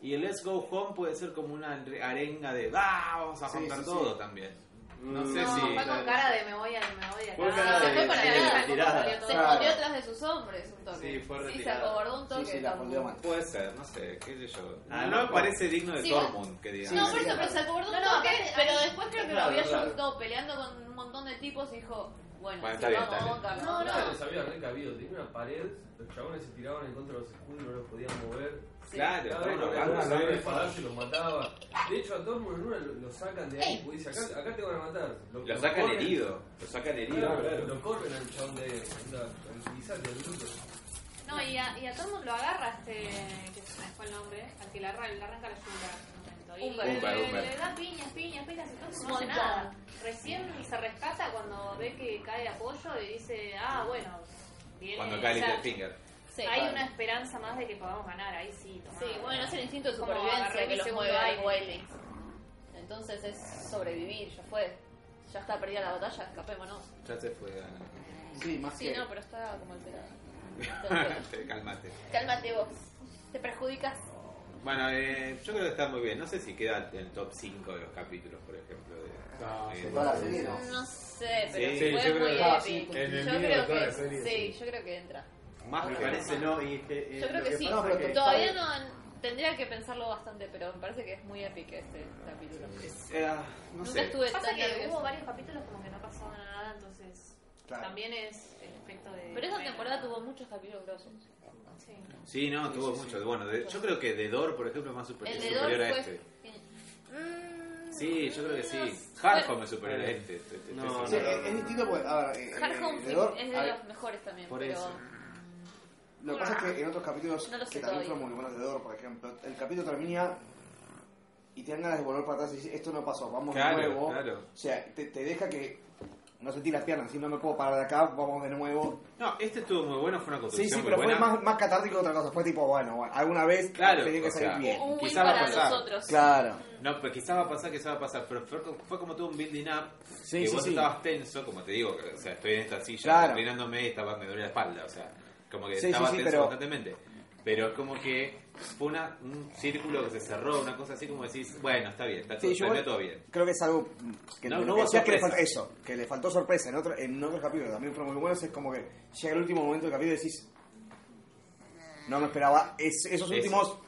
y el let's go home puede ser como una re- arenga de "Ah, vamos a
Sí,
romper
sí, sí.
todo también. No
Mm.
sé
No,
si...
fue con cara de me voy a, me voy a
Fue
acá.
cara
Se fue
de-
para
de
allá,
cómo
retirada.
salió todo.
Se
Claro.
escondió atrás de sus hombres un toque.
Sí, fue
se
retirada.
acobardó un toque.
Sí, sí, la
tampoco.
volvió a matar.
Puede ser, no sé, qué sé yo.
Ah,
no me
no.
parece digno de
Sí,
Tormund, que digan.
No, por eso, pero se acobardó
No,
un
no,
toque.
aparte-
pero después creo que lo
Claro,
había
claro.
soltado peleando con un montón de tipos y dijo, bueno,
Bueno,
sí,
está bien,
vamos,
está
vamos,
bien.
Carlos.
No,
no.
Les había recabido, tenía una pared, los chabones se tiraban en contra de los escudos, no los podían mover.
Claro,
Cada
no,
vez
no,
que
claro,
alguno
claro.
sabía
¿eh?
disparar, se los mataba. De hecho, a Dortmund en una lo, lo sacan de ahí,
Ey.
porque dice, acá, acá te van a matar.
Lo sacan
corren-
herido, lo sacan herido,
Claro,
claro.
Lo corren al chabón de... anda, Tranquilizate, bruto.
No, y a, y a Tormund lo agarra este, que se me fue el nombre, al que le arranca, le arranca la yunga en un momento. Y
Umber.
le,
Umber,
le-
Umber.
le da piñas, piñas, piñas, entonces
Un
no hace
montón.
nada. Recién se rescata cuando ve que cae apoyo y dice, ah, bueno, viene.
Cuando cae
o sea,
Littlefinger.
Sí,
hay
claro.
una esperanza más de que podamos ganar, ahí sí, tomá.
Sí, bueno, es el instinto de
Como
supervivencia
agarré
que
mi
los
segundo
mueve a
aire.
los Wildlings. Entonces es sobrevivir, ya fue. Ya está perdida la batalla, escapémonos.
Ya se fue. ah.
Sí, más
Sí,
que.
no, pero está como alterada. Entonces,
Calmate.
Cálmate vos. Te perjudicas.
Bueno, eh, yo creo que está muy bien. No sé si queda en el top 5 de los capítulos, por ejemplo. de-
No,
eh,
se
toda la serie, no.
No sé, pero
Sí,
fue
sí, yo
muy
creo que-
ah, sí,
épico.
en el
yo
medio de
creo
toda
que
la serie,
sí,
sí.
yo creo que entra.
Más
Me
que
parece no, y es que. eh,
Yo creo
lo
que sí.
pasa
No, pero
que-
Todavía no tendría que pensarlo bastante, pero me parece que es muy épico este capítulo.
Eh, ah, no
Nunca
sé.
estuve
Pasa
tan
que hubo
nerviosa.
varios capítulos como que no pasaba nada, entonces
Claro.
también es el efecto de...
Pero esa
bueno,
temporada tuvo muchos capítulos grosos.
Sí.
Sí, no, tuvo mucho. Bueno, de- yo creo que The Door, por ejemplo, es más super-
El de Dor
superior a
fue...
este.
Mm,
Sí, yo creo que
no
sí.
sé.
Hardcore es superior a este. te- te-
No,
te-
no,
Sí,
te-
no.
es, es distinto porque, a ver, eh, eh,
Hard Home
The Door,
es
a
de
ver,
los mejores también,
ah, por
pero
eso.
lo que pasa es que en otros capítulos
No lo sé
que también
todavía.
fueron muy buenos de Dor, por ejemplo, el capítulo termina y te dan ganas de volver para atrás y dices, esto no pasó, vamos
Claro,
de nuevo.
claro.
O sea, te, te deja que no sentí las piernas, si no me puedo parar de acá, vamos de nuevo.
No, este estuvo muy bueno, fue una
Sí,
construcción
sí,
muy
pero fue
buena.
más, más catártico que otra cosa. Fue tipo, bueno, bueno, alguna vez
Claro,
tenía que
o
salir
sea,
bien.
un win
Quizá va a
para
pasar.
nosotros.
Claro.
No, pero quizás va a pasar, quizás va a pasar, pero fue, co- fue como todo un building up,
Sí,
que
sí,
vos
sí.
estabas tenso, como te digo, que, o sea, estoy en esta silla,
Claro.
inclinándome y estaba, me duele la espalda, o sea, como que
Sí, sí,
estaba
sí,
tenso
pero-
constantemente. Pero es como que fue una- un círculo que se cerró, una cosa así como decís, bueno, está bien, está todo,
Sí, yo
salió todo bien.
Creo que es algo que,
No,
lo
no
que
hubo
decías que le
sorpresa.
faltó eso, que le faltó sorpresa en, otro, en otros capítulos, también fueron muy buenos, es como que llega el último momento del capítulo y decís, no me esperaba, Es- esos
Eso.
últimos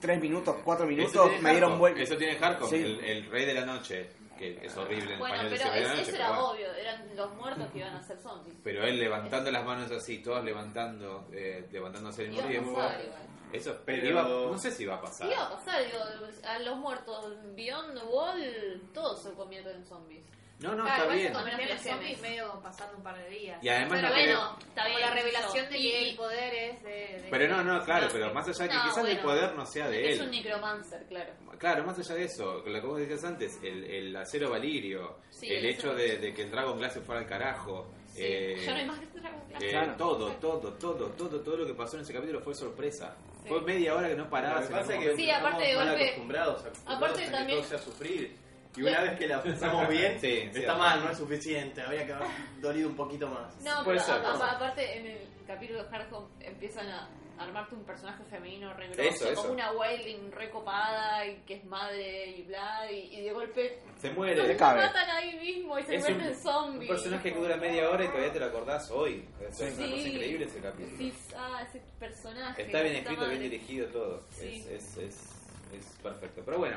tres minutos, cuatro
Eso
minutos
tiene
me dieron
Harkon,
vuelta.
Eso tiene Hardcore,
Sí.
el, el rey de la noche, que es horrible en
Bueno,
español decir
pero
rey de la
es-
noche,
eso
pero
era
bueno.
obvio, eran los muertos que iban a ser zombies.
Pero él levantando las manos así, todos levantando, eh, levantándose al mismo
Iba a
tiempo.
pasar igual.
Eso,
Pero-
iba- no sé si va a pasar.
Iba a pasar, digo, a los muertos Beyond the Wall, todos se convierten en zombies.
No,
Ah,
no,
Claro,
está
igual
bien.
se convirtió en
Menos
zombies
presiones.
medio pasando un par de días.
Y además
Pero
no creo-
bueno, está
Como
bien.
la revelación de
Y-
que el poder es de... de-
Pero no, no, claro,
no,
pero
sí.
más allá de que
No,
quizás el
bueno.
poder no sea de
Es un
él.
necromancer, claro.
Claro, más allá de eso, lo que vos decías antes, el, el acero valirio,
Sí,
el
el
hecho
acero.
de, de que el Dragon Glass se fuera al carajo,
Sí.
eh,
Ya no hay más que Dragon Glass.
eh,
Claro.
todo, todo, todo, todo, todo lo que pasó en ese capítulo fue sorpresa.
Sí.
Fue media hora que no
Lo
paraba.
que pasa es que
Sí, aparte de
estamos mal
golpe-
acostumbrados, acostumbrados
aparte
a que
también-
todo sea sufrir. Y
Le-
una vez que la pasamos bien,
Sí,
está
cierto.
mal, no es suficiente. Habría que haber dolido un poquito más.
No,
Puede
pero
ser,
a-
puede
a-
ser.
aparte en el capítulo de Hardcore empiezan a armarte un personaje femenino re grosso,
Eso, eso.
como una Wailing recopada y que es madre y bla, y, y de golpe
se
los
muere.
cabe.
matan ahí mismo y se
Es un-
vuelven zombies.
Un personaje que dura media hora y todavía te lo acordás hoy. Es una
Sí.
cosa increíble ese capítulo.
Decís, ah, ese personaje.
Está bien
puta
escrito, bien
madre.
dirigido todo.
Sí.
Es, es, es, es perfecto. Pero bueno,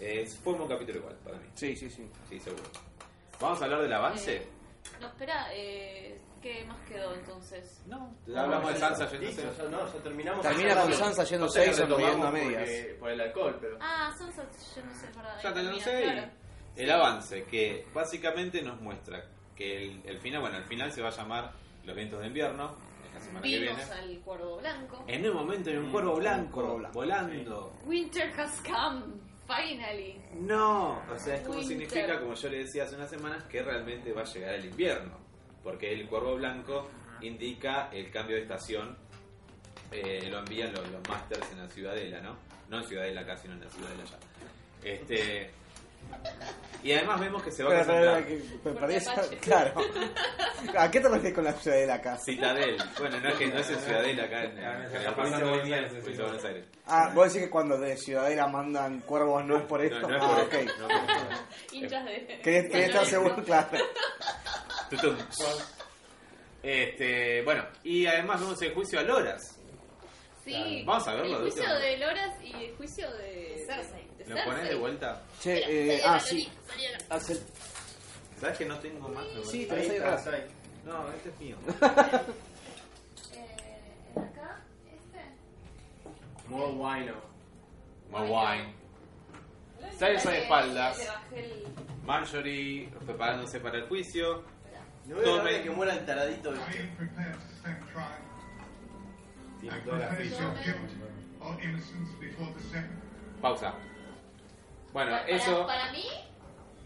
es, fue un buen capítulo igual para mí.
Sí, sí, sí.
Sí, seguro. ¿Vamos a hablar del avance?
Eh, No, espera, eh, ¿qué más quedó entonces?
no. Hablamos de Sansa yéndose.
Listo, ya, no, ya terminamos.
Termina
Ya
con
no-
Sansa yendo
no sé,
seis,
retomamos
sonriendo a
porque-
medias.
Por el alcohol, pero.
Ah, Sansa, yo no sé, es verdad.
Ya
ahí termina,
tenemos ahí
claro.
el avance, que básicamente nos muestra que el, el final, bueno, el final se va a llamar Los vientos de invierno, es la semana que viene.
Vimos al cuervo blanco.
En un momento hay un cuervo blanco,
cuervo blanco.
volando.
Winter has come. Finally.
No, o sea, es como
Winter.
significa, como yo le decía hace unas semanas, que realmente va a llegar el invierno. Porque el cuervo blanco indica el cambio de estación, eh, lo envían los, los masters en la ciudadela, ¿no? No en ciudadela acá, sino en la ciudadela allá. Este, y además vemos que se va a
Pero, pero,
concentrar.
que- pero parece- claro. ¿A qué te refieres con la ciudad de la casa?
Citadel. Bueno, no es que no es en ciudadela acá en, en, en la provincia de Buenos Aires. provincia de Buenos Aires.
Ah, vos decís que cuando de Ciudadela mandan cuervos no es por esto.
No, no es
ah,
por
ok.
esto, no es por esto.
Hinchas de.
Quería- quería estar seguro, claro.
Tutum. Este, bueno, y además vemos el juicio a Loras.
Sí.
Vamos a verlo,
El juicio
Duque.
de Loras y el juicio de. Cersei. De
¿Lo pones de vuelta?
Che, eh, ah, sí. Axel,
¿Sabes que no tengo más? Me
Sí,
parece.
tenés ahí
está,
atrás.
ahí.
No, este es mío. Ah.
Eh, acá, este.
More wino.
More wine. Cersei de espaldas. Marjorie preparándose para el juicio.
No veo la
Tome.
hora de que muera el taradito.
I am prepared to stand trial.
Tiene
I
toda la
confess
ficha.
your guilt or innocence before the Senate.
Pausa. Bueno,
para,
eso.
Para mí,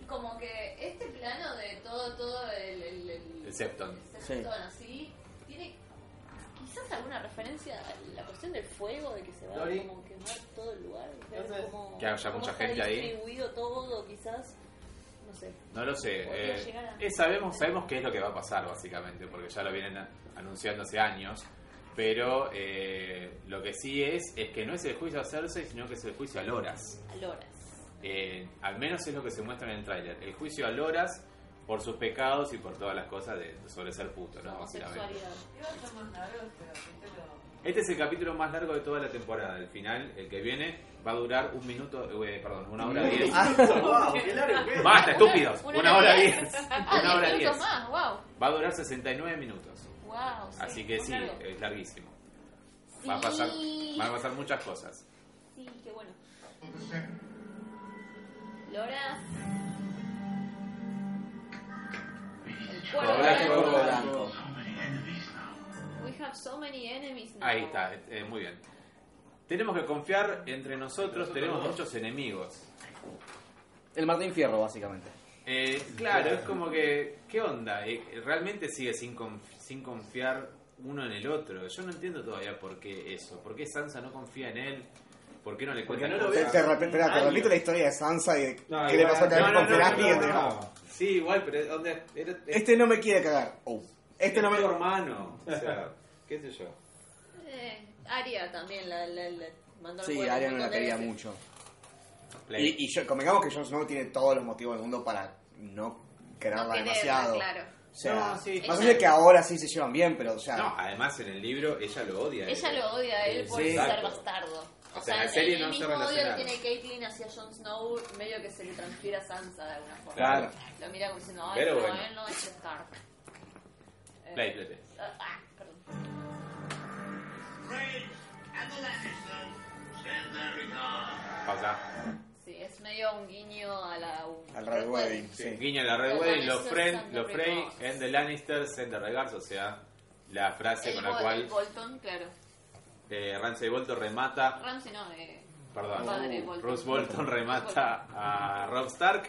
como que este plano de todo, todo el. el, el-
El septon.
el
Sí.
septón así, tiene quizás alguna referencia a la cuestión del fuego, de que se va
Lori.
a como quemar todo el lugar. ver
Entonces,
cómo-
que haya
cómo
mucha
está
gente ahí.
distribuido todo, quizás. No sé.
No lo sé.
Podría
eh,
llegar a-
eh, sabemos, sabemos qué es lo que va a pasar, básicamente, porque ya lo vienen a- anunciando hace años. Pero eh, lo que sí es, es que no es el juicio a Cersei, sino que es el juicio a Loras.
A Loras.
Eh, al menos es lo que se muestra en el tráiler. El juicio a Loras por sus pecados y por todas las cosas de, sobre ser puto, ¿no? Básicamente.
Homosexualidad.
Este es el capítulo más largo de toda la temporada. El final, el que viene, va a durar un minuto, eh, perdón, una hora diez.
wow, qué largo que es.
¡Basta, estúpidos! Una, hora diez.
Ah,
Una hora
diez
diez.
minutos más, wow.
Va a durar 69 minutos.
Wow, sí,
Así que
muy
sí,
largo.
es larguísimo. Va a pasar,
Sí.
van a pasar muchas cosas.
Sí, qué bueno.
For the Senate.
Loras. El
Cuervo blanco,
cuervo.
cuervo
blanco.
We have so many enemies now.
Ahí está, eh, muy bien. Tenemos que confiar entre nosotros, tenemos muchos enemigos.
El Martín Fierro, básicamente.
Eh, claro, es como que, ¿qué onda? Eh, realmente sigue sin, conf- sin confiar uno en el otro. Yo no entiendo todavía por qué eso. ¿Por qué Sansa no confía en él? ¿por qué no le
Porque
cuenta
no lo
Te,
cosas?
ve.
te rep- espera, te
Años.
repito la historia de Sansa y de
No,
qué le
igual-
pasó a
no,
Daenerys
no,
con
no,
Ferati
no,
y el
no,
de-
no. Sí, igual, pero ¿dónde? Era,
Este no me quiere cagar. Oh. Este no me...
es tu hermano. O sea, qué sé yo.
Eh, Aria también la, la, la mandó al
Sí,
cuervo
Arya
un
no la
montón de
quería
veces.
mucho.
Play.
Y, y yo, convengamos que Jon Snow tiene todos los motivos del mundo para no quererla
No quererla,
demasiado.
claro.
O sea,
No, sí.
más allá de que ahora sí se llevan bien, pero o sea,
No, además en el libro ella lo odia.
Ella lo odia a él por
Sí.
ser
Exacto.
bastardo.
Eh, O sea, en la serie
el,
no
el
se
mismo odio que
relacionaron.
tiene Caitlyn hacia Jon Snow, medio que se le transfiere a Sansa de alguna forma.
Claro.
Lo mira como diciendo, ay,
Pero
pero,
bueno.
él no es Stark. Eh,
Play, play, play.
ah, ah, perdón.
Pausa.
Sí, es medio un guiño a la...
al Red Wedding, sí.
Guiña la Red
Los
Wedding, los
Lannisters
Friend,
and
los
the
Frey,
Regards.
and the Lannisters and the Regards, o sea, la frase
El,
con la
Bol- el
cual
Bolton, claro.
eh, Ramsay Bolton remata,
Ramsey no, eh,
perdón,
Padre Bolton.
Ah, uh, Bruce Bolton remata a Rob Stark.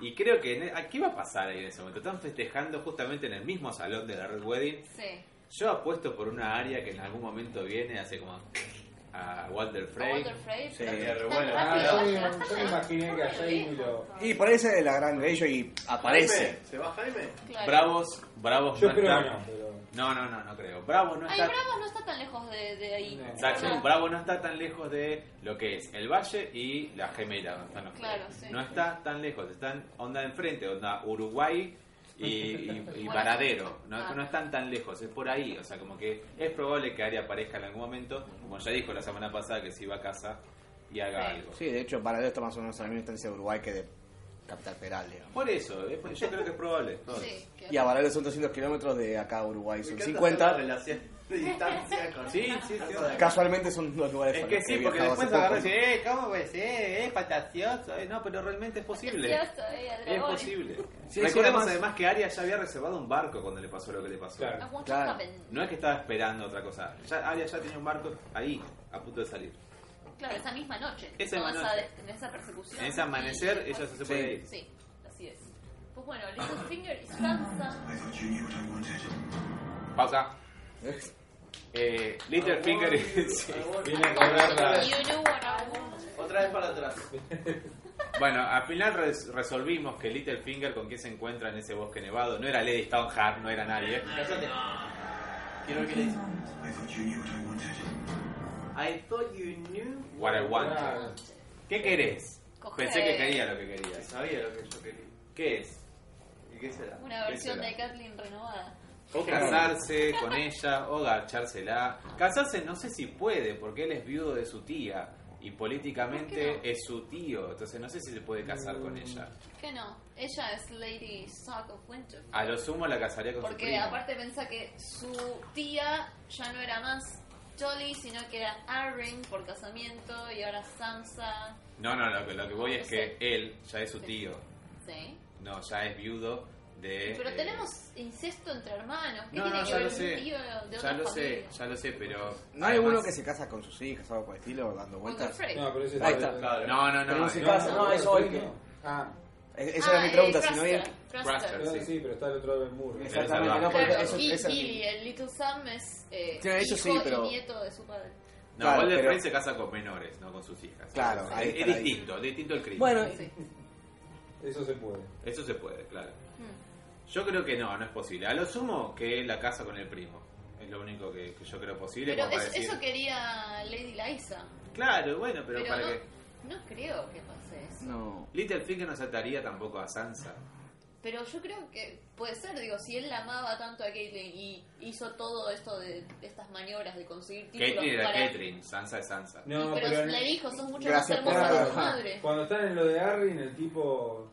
Y creo que, en- e, ¿a ¿qué va a pasar ahí en ese momento? Están festejando justamente en el mismo salón de la Red Wedding.
sí.
Yo apuesto por una área que en algún momento viene, hace como a Walter
A
Frey.
Walter Frey.
Sí.
pero
Pero
tan
bueno,
Ah,
rápido,
sí,
vaya,
yo me
vaya.
imaginé que a Jamie lo.
Y por ahí se la gran bello y aparece.
¿Se va Jaime?
Claro.
Bravos, bravos
Yo
no
creo que
están.
no, pero.
No, no, no, no creo. Bravos no
Ay,
está.
Bravos no está tan lejos de, de ahí.
No.
Exacto,
¿verdad?
Bravo no está tan lejos de lo que es el valle y la gemela. donde están los
Claro,
Frey.
sí.
No está tan lejos, están onda de enfrente, onda Uruguay y, y, y
Bueno.
Varadero. No,
Ah.
no están tan lejos, es por ahí. O sea, como que es probable que Ari aparezca en algún momento, como ya dijo la semana pasada que se iba a casa y haga
Sí.
algo.
Sí, de hecho, para está más o menos a la misma distancia de Uruguay que de Capital Federal, digamos.
Por eso, es- yo creo que es probable.
Sí, que-
Y a Varela son 200 kilómetros de acá a Uruguay,
Me
son
encanta
50.
hacer la relación de distancia con-
Sí, sí, sí.
Casualmente son dos lugares
Es
a
que
los
sí,
he
porque
viajado
después
hace poco.
agarras y dice, eh, ¿cómo ves? Eh, es fantasioso. eh, no, pero realmente es posible.
Gracioso, eh, a
Es
dragones.
posible.
Sí,
Recordemos
sí, además-
además que Aria ya había reservado un barco cuando le pasó lo que le pasó.
Claro.
I want to
Claro.
happen.
No es que estaba esperando otra cosa. Ya, Aria ya tenía un barco ahí, a punto de salir.
Claro, esa misma noche.
Esa
toda
misma
esa, en esa persecución.
En ese amanecer,
Y
ella
después-
se puede ir.
Sí, así es. Pues bueno, Littlefinger y Sansa.
Pausa. Eh, Littlefinger sí.
Viene a cobrarla. Otra vez para atrás.
Bueno, al final res- resolvimos que Littlefinger con quién se encuentra en ese bosque nevado. No era Lady Stoneheart, no era nadie.
Cállate. Quiero ver qué le dice. I thought you knew
What I want. ¿Qué querés?
Coger.
Pensé que quería lo que quería.
Sabía lo que yo quería.
¿Qué es?
¿Y qué será?
Una
¿Qué
versión
será?
de Kathleen renovada.
O casarse con ella, o garchársela. Casarse no sé si puede, porque él es viudo de su tía. Y políticamente es su tío. Entonces no sé si se puede casar
Mm.
con ella.
Que no, ella es Lady Sock of Winter.
A lo sumo la casaría con su
Porque
primo.
aparte piensa que su tía ya no era más Jolly, sino que era Arryn por casamiento y ahora Sansa.
No, no, lo que, lo que voy es que él ya es su tío.
¿sí?
No, ya es viudo de...
Pero
eh,
tenemos incesto entre hermanos. ¿Qué
No,
tiene
no,
que
ya
ver
lo
un
sé.
tío de
Ya
otra
lo sé,
familia?
ya lo sé, pero...
¿No hay
además-
uno que se casa con sus hijas o algo por el estilo, dando vueltas?
Frey.
No, pero ese es
Ahí
otro.
está.
Claro.
No, no, no.
Pero se
no,
casa,
no,
no,
no,
eso
no,
hoy
no.
que...
Ah,
Es- E-, Esa era mi
eh,
pregunta, si no había...
Craster,
pero
sí.
sí, pero está el otro lado del muro.
Exactamente, no, porque
Claro,
eso-
y
esa-
Billy, el Little Sam es eh,
Claro, eso
hijo
sí, pero-
y nieto de su padre.
No,
Claro,
Golden
pero-
Frey se casa con menores, no con sus hijas.
Claro,
Es-
ahí
es,
está la
distinto, es distinto el crimen.
Bueno,
Sí.
Eso se puede.
Eso se puede, claro.
Mm.
Yo creo que no, no es posible. A lo sumo que la casa con el primo. Es lo único que, que yo creo posible.
Pero
como para
es-
decir-
eso quería Lady Liza.
Claro, bueno, pero,
Pero,
para
no,
que...
no creo que pase eso.
No.
Littlefinger no se ataría tampoco a Sansa.
Pero yo creo que puede ser, digo, si él la amaba tanto a Caitlyn y hizo todo esto de estas maniobras de conseguir títulos
Caitlyn era
para...
Caitlyn, Sansa es Sansa.
No,
pero,
pero
le dijo, sos mucho
Gracias,
más hermosa que tu
claro.
madre.
Cuando están en lo de Arrin, el tipo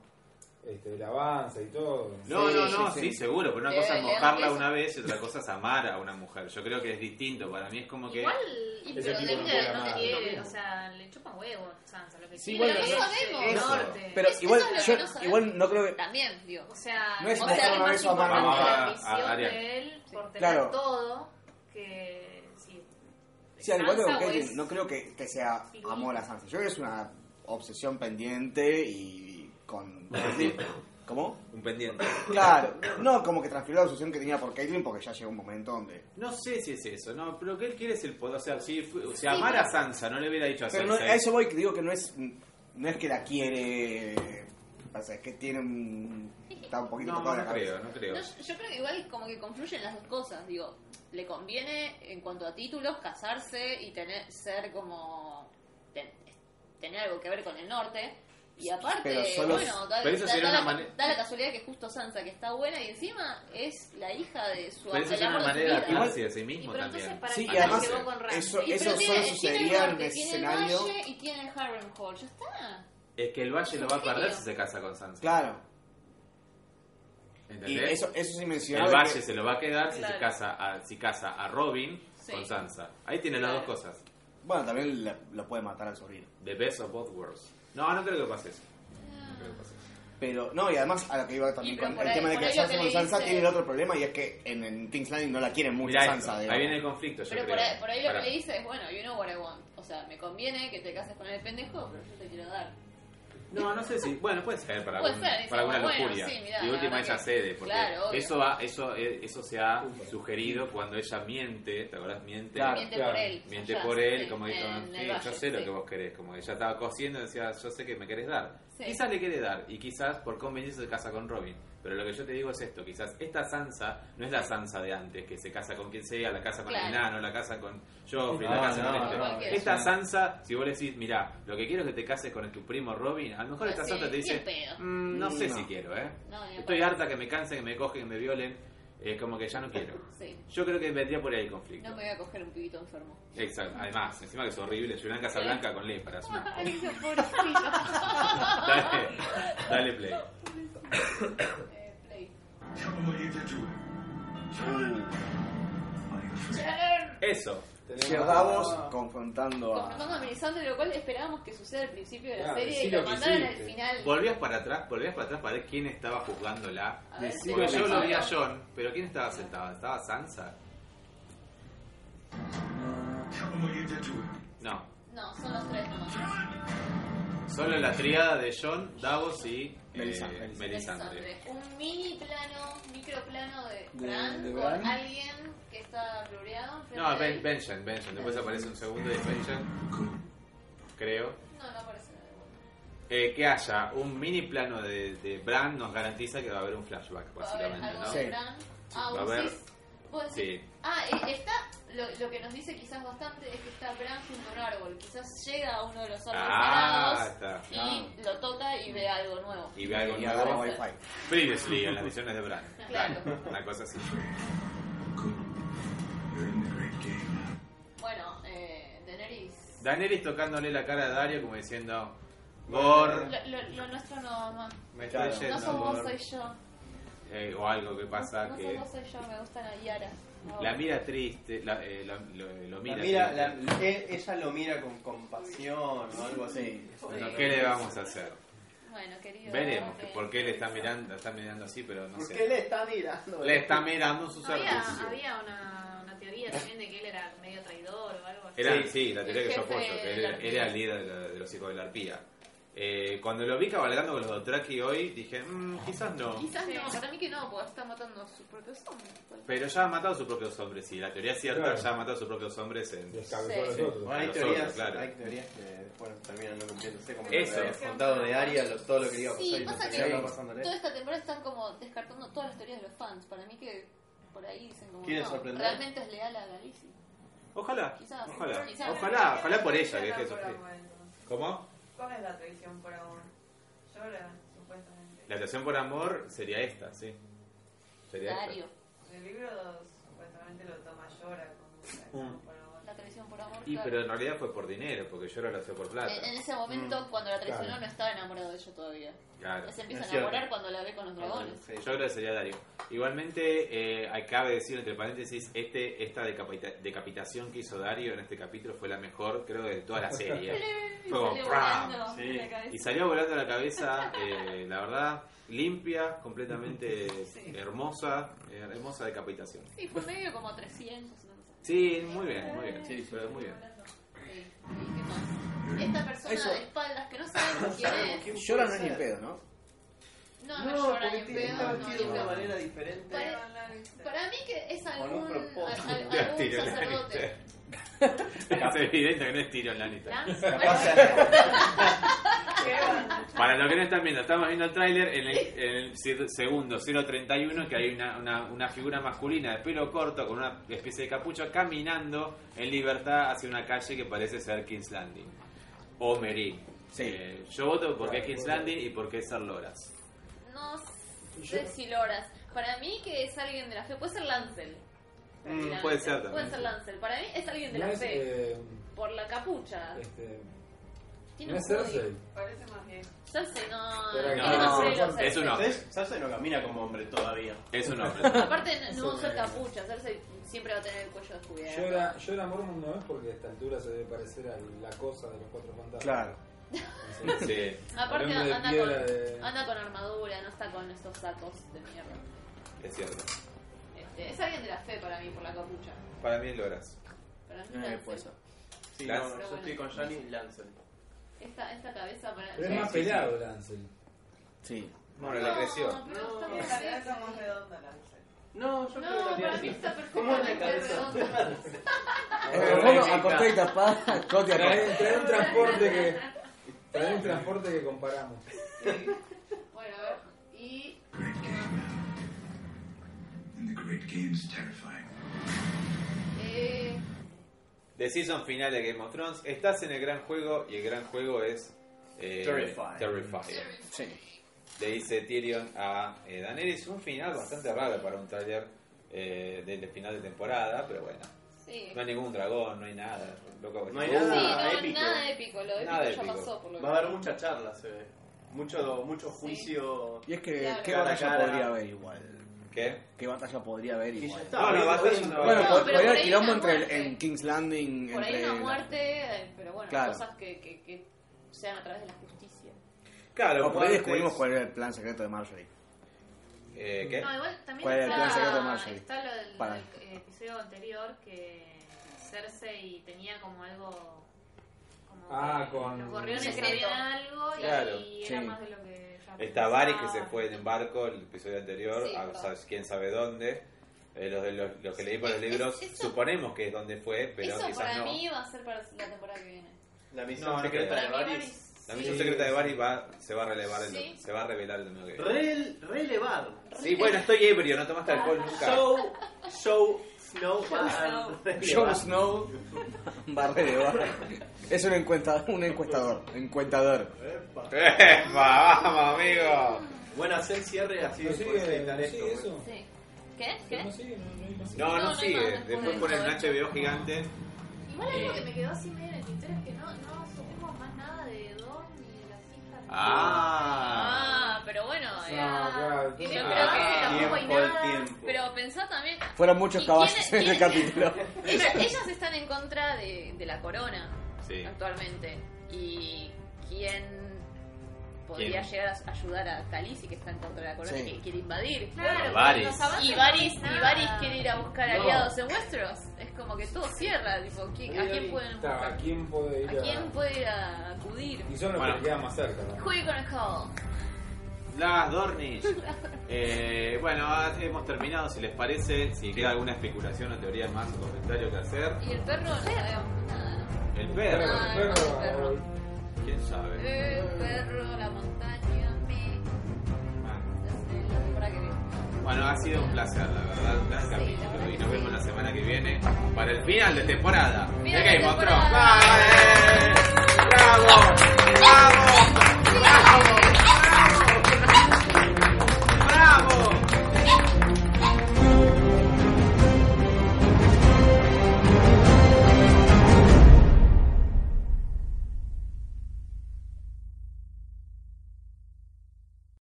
este, la avanza y todo.
No,
Sí,
no, no, sí,
sí, sí.
seguro. Pero una
Le-
cosa es
le dan
mojarla
besos.
una vez y otra cosa es amar a una mujer. Yo creo que es distinto. Para mí es como que.
Igual, y
Ese
pero
tipo no
Dengar
juega
no,
nada.
te
Es
quiere,
lo
o sea, le chupan huevos, Sansa, lo que
Sí,
quiere.
bueno,
Es
no
sabemos.
Eso.
norte.
Pero
Es-
igual,
eso es
yo,
lo que no sabemos.
igual no creo que...
También, digo.
O sea,
No es
o
mostrar
sea,
una
más
vez o amar
importante
nada.
la
Vamos a- a
ambición
Ariel.
de él por tener
Claro.
todo que sí.
Sí, al igual que con
Sansa o
Caitlyn,
es-
no creo que, que sea
Sí.
amor a Sansa. Yo creo que es una obsesión pendiente y con... ¿Cómo?
Un pendiente.
Claro, no como que transfirió la obsesión que tenía por Caitlyn porque ya llegó un momento donde...
No sé si es eso, no, pero lo que él quiere es el poder. O sea, si, fu- o sea,
Sí,
amar
pero-
a Sansa no le hubiera dicho a
Pero no,
Sansa.
a eso voy, que digo que no es, no es que la quiere... Pasa, es que tiene un... Está un poquito
no,
tocado de
no
la cabeza.
creo, no creo.
No, yo yo creo que igual como que confluyen las dos cosas, digo, le conviene en cuanto a títulos casarse y tener ser como ten- tener algo que ver con el norte y aparte,
Pero solo-
bueno, da,
pero eso
da-
sería
da
una
la,
mane-
da la casualidad que justo Sansa que está buena y encima es la hija de su
Pero eso
del
es una
amor de su
manera de
vida.
hablarse de sí
Y
mismo
pero entonces
también.
para
Sí,
qué
y además
la llevó con Ramsay?
eso,
Y pero
eso
tiene-
solo
tiene el
sucedería en
norte,
el
tiene
escenario...
el valle y tiene el Harrenhal, ya está.
Es que el Valle lo va a perder
genio.
si se casa con Sansa.
Claro, y
¿Entendés?
eso, eso sí mencionaba...
el
que-
Valle se lo va a quedar si, se
Claro.
casa a, si casa a Robin
Sí.
con Sansa. Ahí tiene las dos
Claro.
cosas.
Bueno, también la- lo puede matar al sobrino.
The best of both worlds. No, no creo que pase eso. No creo que pase eso.
Pero, no, y además a lo que iba también
Y pero
con
por
el
ahí-
tema de
por
que
ahí lo
casarse
que
con
le
Sansa
dice-
tiene el otro problema y es que en, en King's Landing no la quieren mucho
Mirá esto,
Sansa.
ahí
digamos.
viene el conflicto, yo
Pero
creo.
por ahí, por ahí lo que
Pará.
le dice es, bueno, you know what I want. O sea, me conviene que te cases con el pendejo, pero yo te quiero dar.
No, no sé si. Bueno, puede ser para,
Puede
algún-
ser, dice,
para alguna
bueno,
lujuria.
sí, mirá,
y
la
última
verdad
ella
que-
cede, porque
claro, obvio.
eso va, eso, eh, eso se ha sugerido cuando ella miente, ¿te acordás? Miente.
Claro.
miente
claro.
por él.
Miente
allá,
por él,
sí,
como
en
dijo,
el
sí, yo
valle,
sé lo
sí.
que vos querés, como que ella estaba cociendo y decía, yo sé que me querés dar.
Sí.
Quizás le quiere dar y quizás por conveniencia se casa con Robin. Pero lo que yo te digo es esto, quizás esta Sansa no es la Sansa de antes, que se casa con quien sea, la casa con el
Claro.
enano, la casa con Joffrey, la
No,
casa
no,
con este.
no,
esta
no.
Sansa, si vos le decís, mirá, lo que quiero es que te cases con tu primo Robin, a lo mejor
Ah,
esta
sí,
Sansa te
ni
dice,
en pedo.
"Mm, no sé
No.
si quiero, ¿eh?
No, ni en
Estoy
pedo.
harta que me cansen, que me cogen, que me violen, es como que ya no quiero.
Sí.
Yo creo que vendría por ahí el conflicto.
No me voy a coger un pibito enfermo.
Exacto, además, encima que es horrible, yo en Casa Blanca con Lepra. es una-
Ay, Dios, pobrecito.
Dale, dale play.
Eh, play.
Trouble you to do it.
Eso.
Llegamos
Ah.
confrontando a...
Confrontando a Melisandre, lo cual esperábamos que suceda al principio de la
Claro,
serie
decí
y lo
lo que
mandaron al
hiciste.
final.
Volvías para atrás, volvías para atrás para ver quién estaba juzgándola.
A ver,
Porque
sí,
yo lo
sí.
vi a John, pero ¿quién estaba sentado? ¿Estaba Sansa?
Trouble you to do it.
No.
No, son los tres nomás.
Solo la triada de John, Davos y eh,
Melisandre.
Melisandre.
Un mini plano, microplano de
De-
Bran
de
con
Bran.
alguien que está floreado. enfrente
No,
de
ben,
él.
Benjen, Benjen. Después aparece un segundo de Benjen. Creo.
No, no aparece nada de vuelta.
Eh, que haya un mini plano de, de Bran nos garantiza que va a haber un flashback,
Va a haber
básicamente,
algo
¿no?
de Bran. Ah,
va a
vos
haber-
decís- vos decís-
Sí.
Ah, eh, está. Lo, lo que nos dice quizás bastante es que está Bran junto a un árbol. Quizás llega a uno de los árboles
Ah,
parados
está.
y lo toca y ve algo nuevo.
Y ve algo
Y
nuevo.
agarra Wi-Fi.
Previously, en las visiones de Bran.
Claro.
Una cosa así.
Bueno, eh, Daenerys.
Daenerys tocándole la cara a Dario como diciendo... Gor,
Lo, lo- lo nuestro no, no.
Me estoy Claro. yendo,
No sos vos,
Gor.
soy yo.
eh, o algo que pasa
No
que...
sos vos, soy yo. Me gusta la Yara.
La mira triste, la, eh, la- lo, lo
La
mira.
mira,
triste.
la- e- ella lo mira con compasión o algo así.
Bueno, ¿Qué le vamos a hacer?
Bueno, querido. eh,
Veremos
ok.
por qué le está mirando, la está mirando así, pero no
¿Por
sé.
qué le está mirando?
Le está mirando su
Había,
servicio.
había una, una teoría también de que él era medio traidor o algo así.
Era, sí, la teoría
El
que yo
jefe
apoyo, que
de
él
la
era,
arpía.
era el líder de, la- de los hijos de la arpía. Eh, cuando lo vi cabalgando con los Dothraki hoy, dije, "Mm, quizás no.
Quizás no, para mí que no, porque está matando a sus propios hombres. pues.
Pero ya ha matado a sus propios hombres, sí, la teoría es cierta,
Claro.
ya ha matado a sus propios hombres en...
escabechó a los Sí. otros.
a
Bueno, hay
los
teorías,
otros, claro.
hay teorías que después terminan no cumpliéndose, como
Eso.
lo que habías contado de Aria, lo- todo lo que iba a pasar y
Sí,
lo
pasa
que iba
que
pasándole.
toda esta temporada están como descartando todas las teorías de los fans. Para mí que por ahí dicen como
¿Quieren
no,
sorprender?
realmente es leal a Galicia.
Ojalá,
Quizás.
ojalá,
Quizás.
ojalá, ojalá por ella que deje de
Por
sufrir.
amor.
¿Cómo?
¿Cuál es la traición por amor? Llora, supuestamente.
La atracción por amor sería esta, sí. Sería esta.
Dario.
En el libro supuestamente lo toma llora como traición
Mm.
por amor.
La traición por amor.
Y
claro.
pero en realidad fue por dinero, porque yo lo hacía por plata.
En, en ese momento, cuando la traicionó,
Claro.
no estaba enamorado de ella todavía.
Claro.
Se empieza
Es
a
cierto.
enamorar cuando la ve con los dragones.
Sí, yo creo que sería Dario. Igualmente, eh, acabe decir entre paréntesis, este, esta decapita- decapitación que hizo Dario en este capítulo fue la mejor, creo, de toda la serie. fue como
Salió
¡pram!
volando
Sí.
la cabeza.
Y salió volando la cabeza, eh, la verdad, limpia, completamente hermosa, eh, hermosa decapitación.
Sí, fue medio como 300. no sé.
Sí, muy bien, muy bien, pero muy bien.
Sí. ¿Y qué más? Esta persona
Eso.
de espaldas que no sabemos quién es.
Llora no es ni en pedo, ¿no?
No, no, llora ni en
porque
pedo,
está
no,
vestido de
ni
una
en pedo.
manera diferente.
Para, para mí que es
Con
algún,
un propósito.
al- al-
Tira
algún
Tyrion
sacerdote.
Lannister. es evidente que no es Tyrion Lannister.
Lanza.
Para los que no están viendo, estamos viendo el tráiler en el, en el cir- segundo 031 que hay una, una, una figura masculina de pelo corto con una especie de capucha caminando en libertad hacia una calle que parece ser King's Landing o Merín. Eh, yo voto porque es King's Landing y porque es Loras.
No sé si Loras. Para mí que es alguien de la fe. Puede ser Lancel. Lancel.
puede ser también.
Puede ser Lancel. Para mí es alguien de
No
la
es,
fe.
eh,
Por la capucha.
este,
Tiene
no
un
es
hoodie.
Cersei.
Parece más bien.
Cersei no.
Pero
tiene
no,
más
no,
pelo,
no,
Cersei.
es un hombre.
¿Sabes? Cersei no camina como hombre todavía.
Es un hombre.
Aparte no
Eso
usa
es.
capucha. Cersei siempre va a tener el cuello descubierto.
Llora, llora Mormon no es porque a esta altura se debe parecer a la cosa de los cuatro fantasmas.
Claro.
Entonces,
Sí.
Aparte
el hombre de
anda
piedra
con,
de-
anda con armadura, no está con estos sacos de mierda.
Es cierto.
Este, es alguien de la fe para mí por la capucha.
Para mí es Loras.
Para mí
Eh,
Lancel.
puede ser.
Sí,
Lance.
no, yo estoy con Johnny y Lancel.
Esta, esta cabeza para
Pero es más pelado Lancel.
Sí.
Bueno, la creció.
No, pero está
No,
muy
la cabeza
sexy.
más redonda la mujer.
No, yo creo
No,
que
para mí
la tiene
está
así.
perfecto.
¿Cómo es la cabeza?
redonda.
Pero bueno, acosté y tapá, cote
Trae,
acosté.
trae un transporte que. Trae un transporte que comparamos.
Bueno, a ver. Y.
And the great game's terrifying.
Eh,
The season final de Game of Thrones. Estás en el gran juego y el gran juego es. eh,
Terrifying.
Terrifying.
Sí.
Le dice Tyrion a eh, Daenerys. Un final bastante raro para un tráiler eh, del final de temporada, pero bueno.
sí.
No hay ningún dragón, no hay nada. Loco,
No hay
Uh,
Sí, no,
nada.
nada épico.
épico.
Lo épico
Nada
ya
épico.
pasó, por lo
Va a
menos.
haber mucha charla, se ve. Mucho, mucho juicio.
Y es que,
Claro.
¿qué
Cara a
batalla
cara.
podría haber igual?
Uh, ¿Qué?
¿Qué batalla podría haber
Y ya
igual?
está.
No, la
Hoy-
batalla
hoy
es una
no-
Bueno, pues,
No,
pod-
pero
podría
por
haber
ahí
quilombo
una
entre el-
muerte.
en King's Landing.
Por ahí
entre
una
la-
muerte, eh, pero bueno,
Claro.
cosas que, que, que sean a través de la justicia.
Claro,
O por ahí
muertes,
descubrimos cuál era el plan secreto de Marjorie.
eh, ¿Qué?
No, igual también
¿Cuál era el plan secreto de
está,
Marjorie?
está lo del,
Para.
del episodio anterior que Cersei tenía como algo
Ah, con.
Los gorriones
Secreto.
sabían algo y,
Claro,
y era
sí.
más de lo que ya
Está Varys que se
pensaba.
fue en barco el episodio anterior,
Sí,
a
verdad.
sabes- quién sabe dónde. Eh, los, de los, los que leí por los
Es-
libros,
eso-
suponemos que es donde fue, pero
Eso
quizás
para
no.
mí va a ser para la temporada que viene.
La misión
No, no
secreta
creo.
de
Para mí,
Varys.
La
sí.
misión secreta de Varys va, se va a relevar, el-
Sí.
se va a revelar el domingo que viene.
Rel- relevar.
Sí, bueno, estoy ebrio, no tomaste alcohol nunca.
Show, show, snow, va a
Jon
relevar.
Snow va a relevar. Es un encuestador. Un encuestador. Encuestador.
Epa.
¡Epa, vamos, amigo!
Bueno, hacer cierre así
¿No
después
sigue,
de editar
no
esto.
sigue
pues.
eso?
Sí. ¿Qué? ¿Qué?
No sigue, no, no hay más.
No,
No,
no,
no hay
sigue.
más después
Después
de
ponen un
esto, ¿eh?
HBO gigante.
Igual algo que me quedó así medio en el tintero es que no, no supimos más nada de Don ni de las hijas.
Ah.
Ah, pero bueno, eh,
No, claro,
yo
entonces-
creo
Ah,
que
tiempo
tampoco hay nada.
al tiempo.
Pero pensá también,
Fueron muchos
¿Y
caballos
quién-
en el
quién-
capítulo.
ellas, ellas están en contra eh, de, de la corona
Sí.
actualmente. ¿Y quién podría
¿Quién?
llegar a ayudar a Khaleesi que está en contra de la corona
Sí.
y que quiere invadir?
Claro,
Varys.
los avances
Y Varys,
no hay
y Varys
nada.
quiere ir a buscar
No.
aliados en Westeros. Es como que todo cierra. Tipo, ¿qui- ¿A quién pueden
Está, ¿A
buscar?
quién puede ir?
¿A quién puede ir a acudir?
Y son los
Bueno.
que le quedan más cerca. ¿no?
Who you gonna call?
Las Dornish. Eh, bueno, ah, hemos terminado, si les parece. Si queda alguna especulación o teoría más o comentario que hacer.
Y el perro, no sabemos nada.
El
Pero,
perro.
Ah, Eh.
pero,
el perro.
¿Quién sabe?
El perro, la montaña, me. Desde la temporada que viene.
Ah. Bueno, ha sido un placer, la verdad. un gran
Sí, la
capítulo.
verdad
Y
que
nos
sí.
vemos la semana que viene para el final de temporada. de
Final de
Game of Thrones.
temporada.
¡Vale! ¡Bravo! ¡Bravo! ¡Bravo!